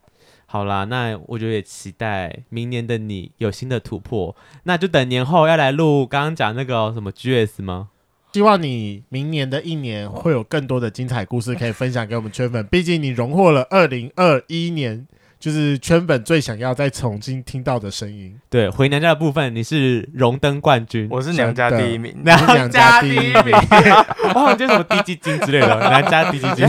Speaker 2: 好啦，那我觉得也期待明年的你有新的突破。那就等年后要来录刚刚讲那个哦、什么 GS 吗？
Speaker 1: 希望你明年的一年会有更多的精彩故事可以分享给我们圈粉，毕竟你荣获了二零二一年。就是圈粉最想要再重新听到的声音，
Speaker 2: 对，回娘家的部分你是荣登冠军，
Speaker 3: 我是娘家
Speaker 1: 真的
Speaker 3: 第一名，
Speaker 1: 你是两家第一名。
Speaker 2: 我好像叫什么低基金之类 的，男家低基金。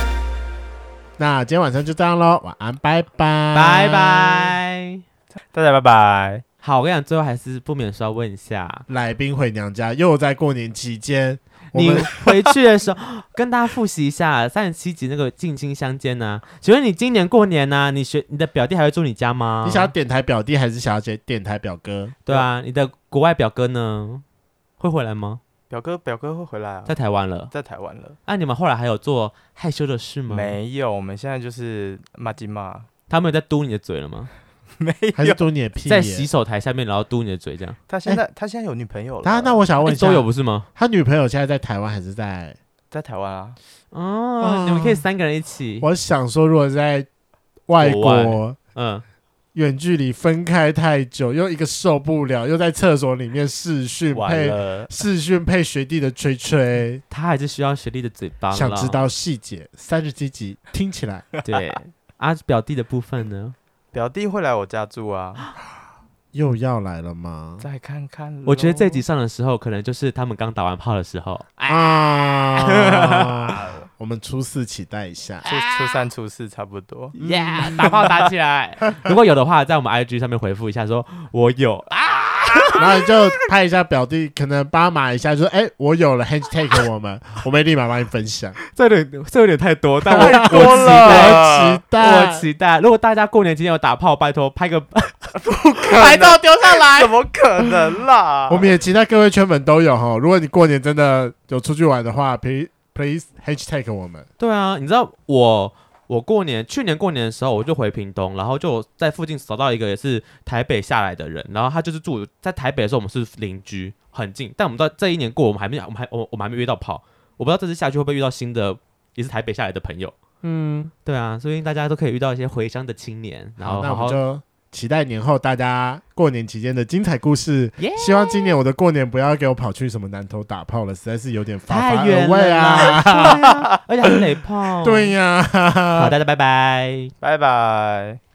Speaker 1: 那今天晚上就这样喽，晚安，拜拜，
Speaker 2: 拜。拜。
Speaker 3: 大家拜拜。
Speaker 2: 好，我跟你讲，最后还是不免说要问一下，
Speaker 1: 来宾回娘家，又在过年期间，我
Speaker 2: 你
Speaker 1: 们
Speaker 2: 回去的时候 跟大家复习一下三十七集那个近亲相间呢、请问你今年过年呢、你学你的表弟还会住你家吗？
Speaker 1: 你想要点台表弟还是想要点点台表哥？
Speaker 2: 对啊，你的国外表哥呢？会回来吗？
Speaker 3: 表哥表哥会回来啊，
Speaker 2: 在
Speaker 3: 在
Speaker 2: 台湾了。
Speaker 3: 在台湾了。
Speaker 2: 那、你们后来还有做害羞的事吗？，
Speaker 3: 没有，我们现在就是骂鸡骂，
Speaker 2: 他们有在嘟你的嘴了吗？
Speaker 3: 没
Speaker 1: 还是
Speaker 3: 有。
Speaker 1: 嘟你的屁
Speaker 2: 在
Speaker 1: 眼？
Speaker 2: 洗手台下面，然后嘟你的嘴这样。
Speaker 3: 他现在、他现在有女朋友了。
Speaker 1: 啊，那我想要问一
Speaker 2: 欸
Speaker 1: 下，
Speaker 2: 都有不是吗？
Speaker 1: 他女朋友现在在台湾还是在？
Speaker 3: 在台湾啊，
Speaker 2: 哦，
Speaker 1: 啊
Speaker 2: 你们可以三个人一起。
Speaker 1: 我想说，如果在外
Speaker 2: 国
Speaker 1: 国，
Speaker 2: 嗯，
Speaker 1: 远距离分开太久，又一个受不了，又在厕所里面视讯
Speaker 3: 完
Speaker 1: 配
Speaker 3: 了，
Speaker 1: 视讯配学弟的吹吹，
Speaker 2: 他还是需要学历的嘴巴啦。
Speaker 1: 想知道细节，三十几集听起来
Speaker 2: 对啊，表弟的部分呢？
Speaker 3: 表弟会来我家住啊，
Speaker 1: 又要来了吗？
Speaker 3: 再看看咯。
Speaker 2: 我觉得这集上的时候，可能就是他们刚打完炮的时候。
Speaker 3: 哎
Speaker 1: 啊，我们初四期待一下。
Speaker 3: 初初三、初四差不多。
Speaker 1: 嗯
Speaker 2: 耶、打炮打 起来！如果有的话，在我们 IG 上面回复一下说我有啊，
Speaker 1: 然后你就拍一下表弟，可能帮忙一下，就说：“哎、我有了 hashtag，我们，我们立马帮你分享。
Speaker 2: 这有点这有点太多，但
Speaker 3: 太
Speaker 2: 我
Speaker 3: 多
Speaker 2: 我期待。
Speaker 1: 我
Speaker 3: 了
Speaker 1: 期待，
Speaker 2: 我期待，如果大家过年期间有打炮，拜托拍个
Speaker 3: 拍照丢上来，怎么可能啦？
Speaker 1: 我们也期待各位圈粉都有哈。如果你过年真的有出去玩的话，please please hashtag 我们。
Speaker 2: 对啊，你知道我我过年去年过年的时候，我就回屏东，然后就在附近找到一个也是台北下来的人，然后他就是住在台北的时候，我们是邻居，很近。但我们到这一年过，我们还没我们还我我们还没约到跑，我不知道这次下去会不会遇到新的也是台北下来的朋友。
Speaker 1: 嗯，
Speaker 2: 对啊，所以大家都可以遇到一些回乡的青年，然后
Speaker 1: 那
Speaker 2: 好
Speaker 1: 我
Speaker 2: 好
Speaker 1: 们就期待年后大家过年期间的精彩故事。
Speaker 2: 耶
Speaker 1: 希望今年我的过年不要给我跑去什么南头打炮了，实在是有点乏
Speaker 2: 太
Speaker 1: 乏
Speaker 2: 远
Speaker 1: 而
Speaker 2: 了
Speaker 1: 味啊。
Speaker 2: 啦， 对啊而且还是雷炮。
Speaker 1: 对呀、
Speaker 2: 好，大家拜拜。
Speaker 3: 拜拜。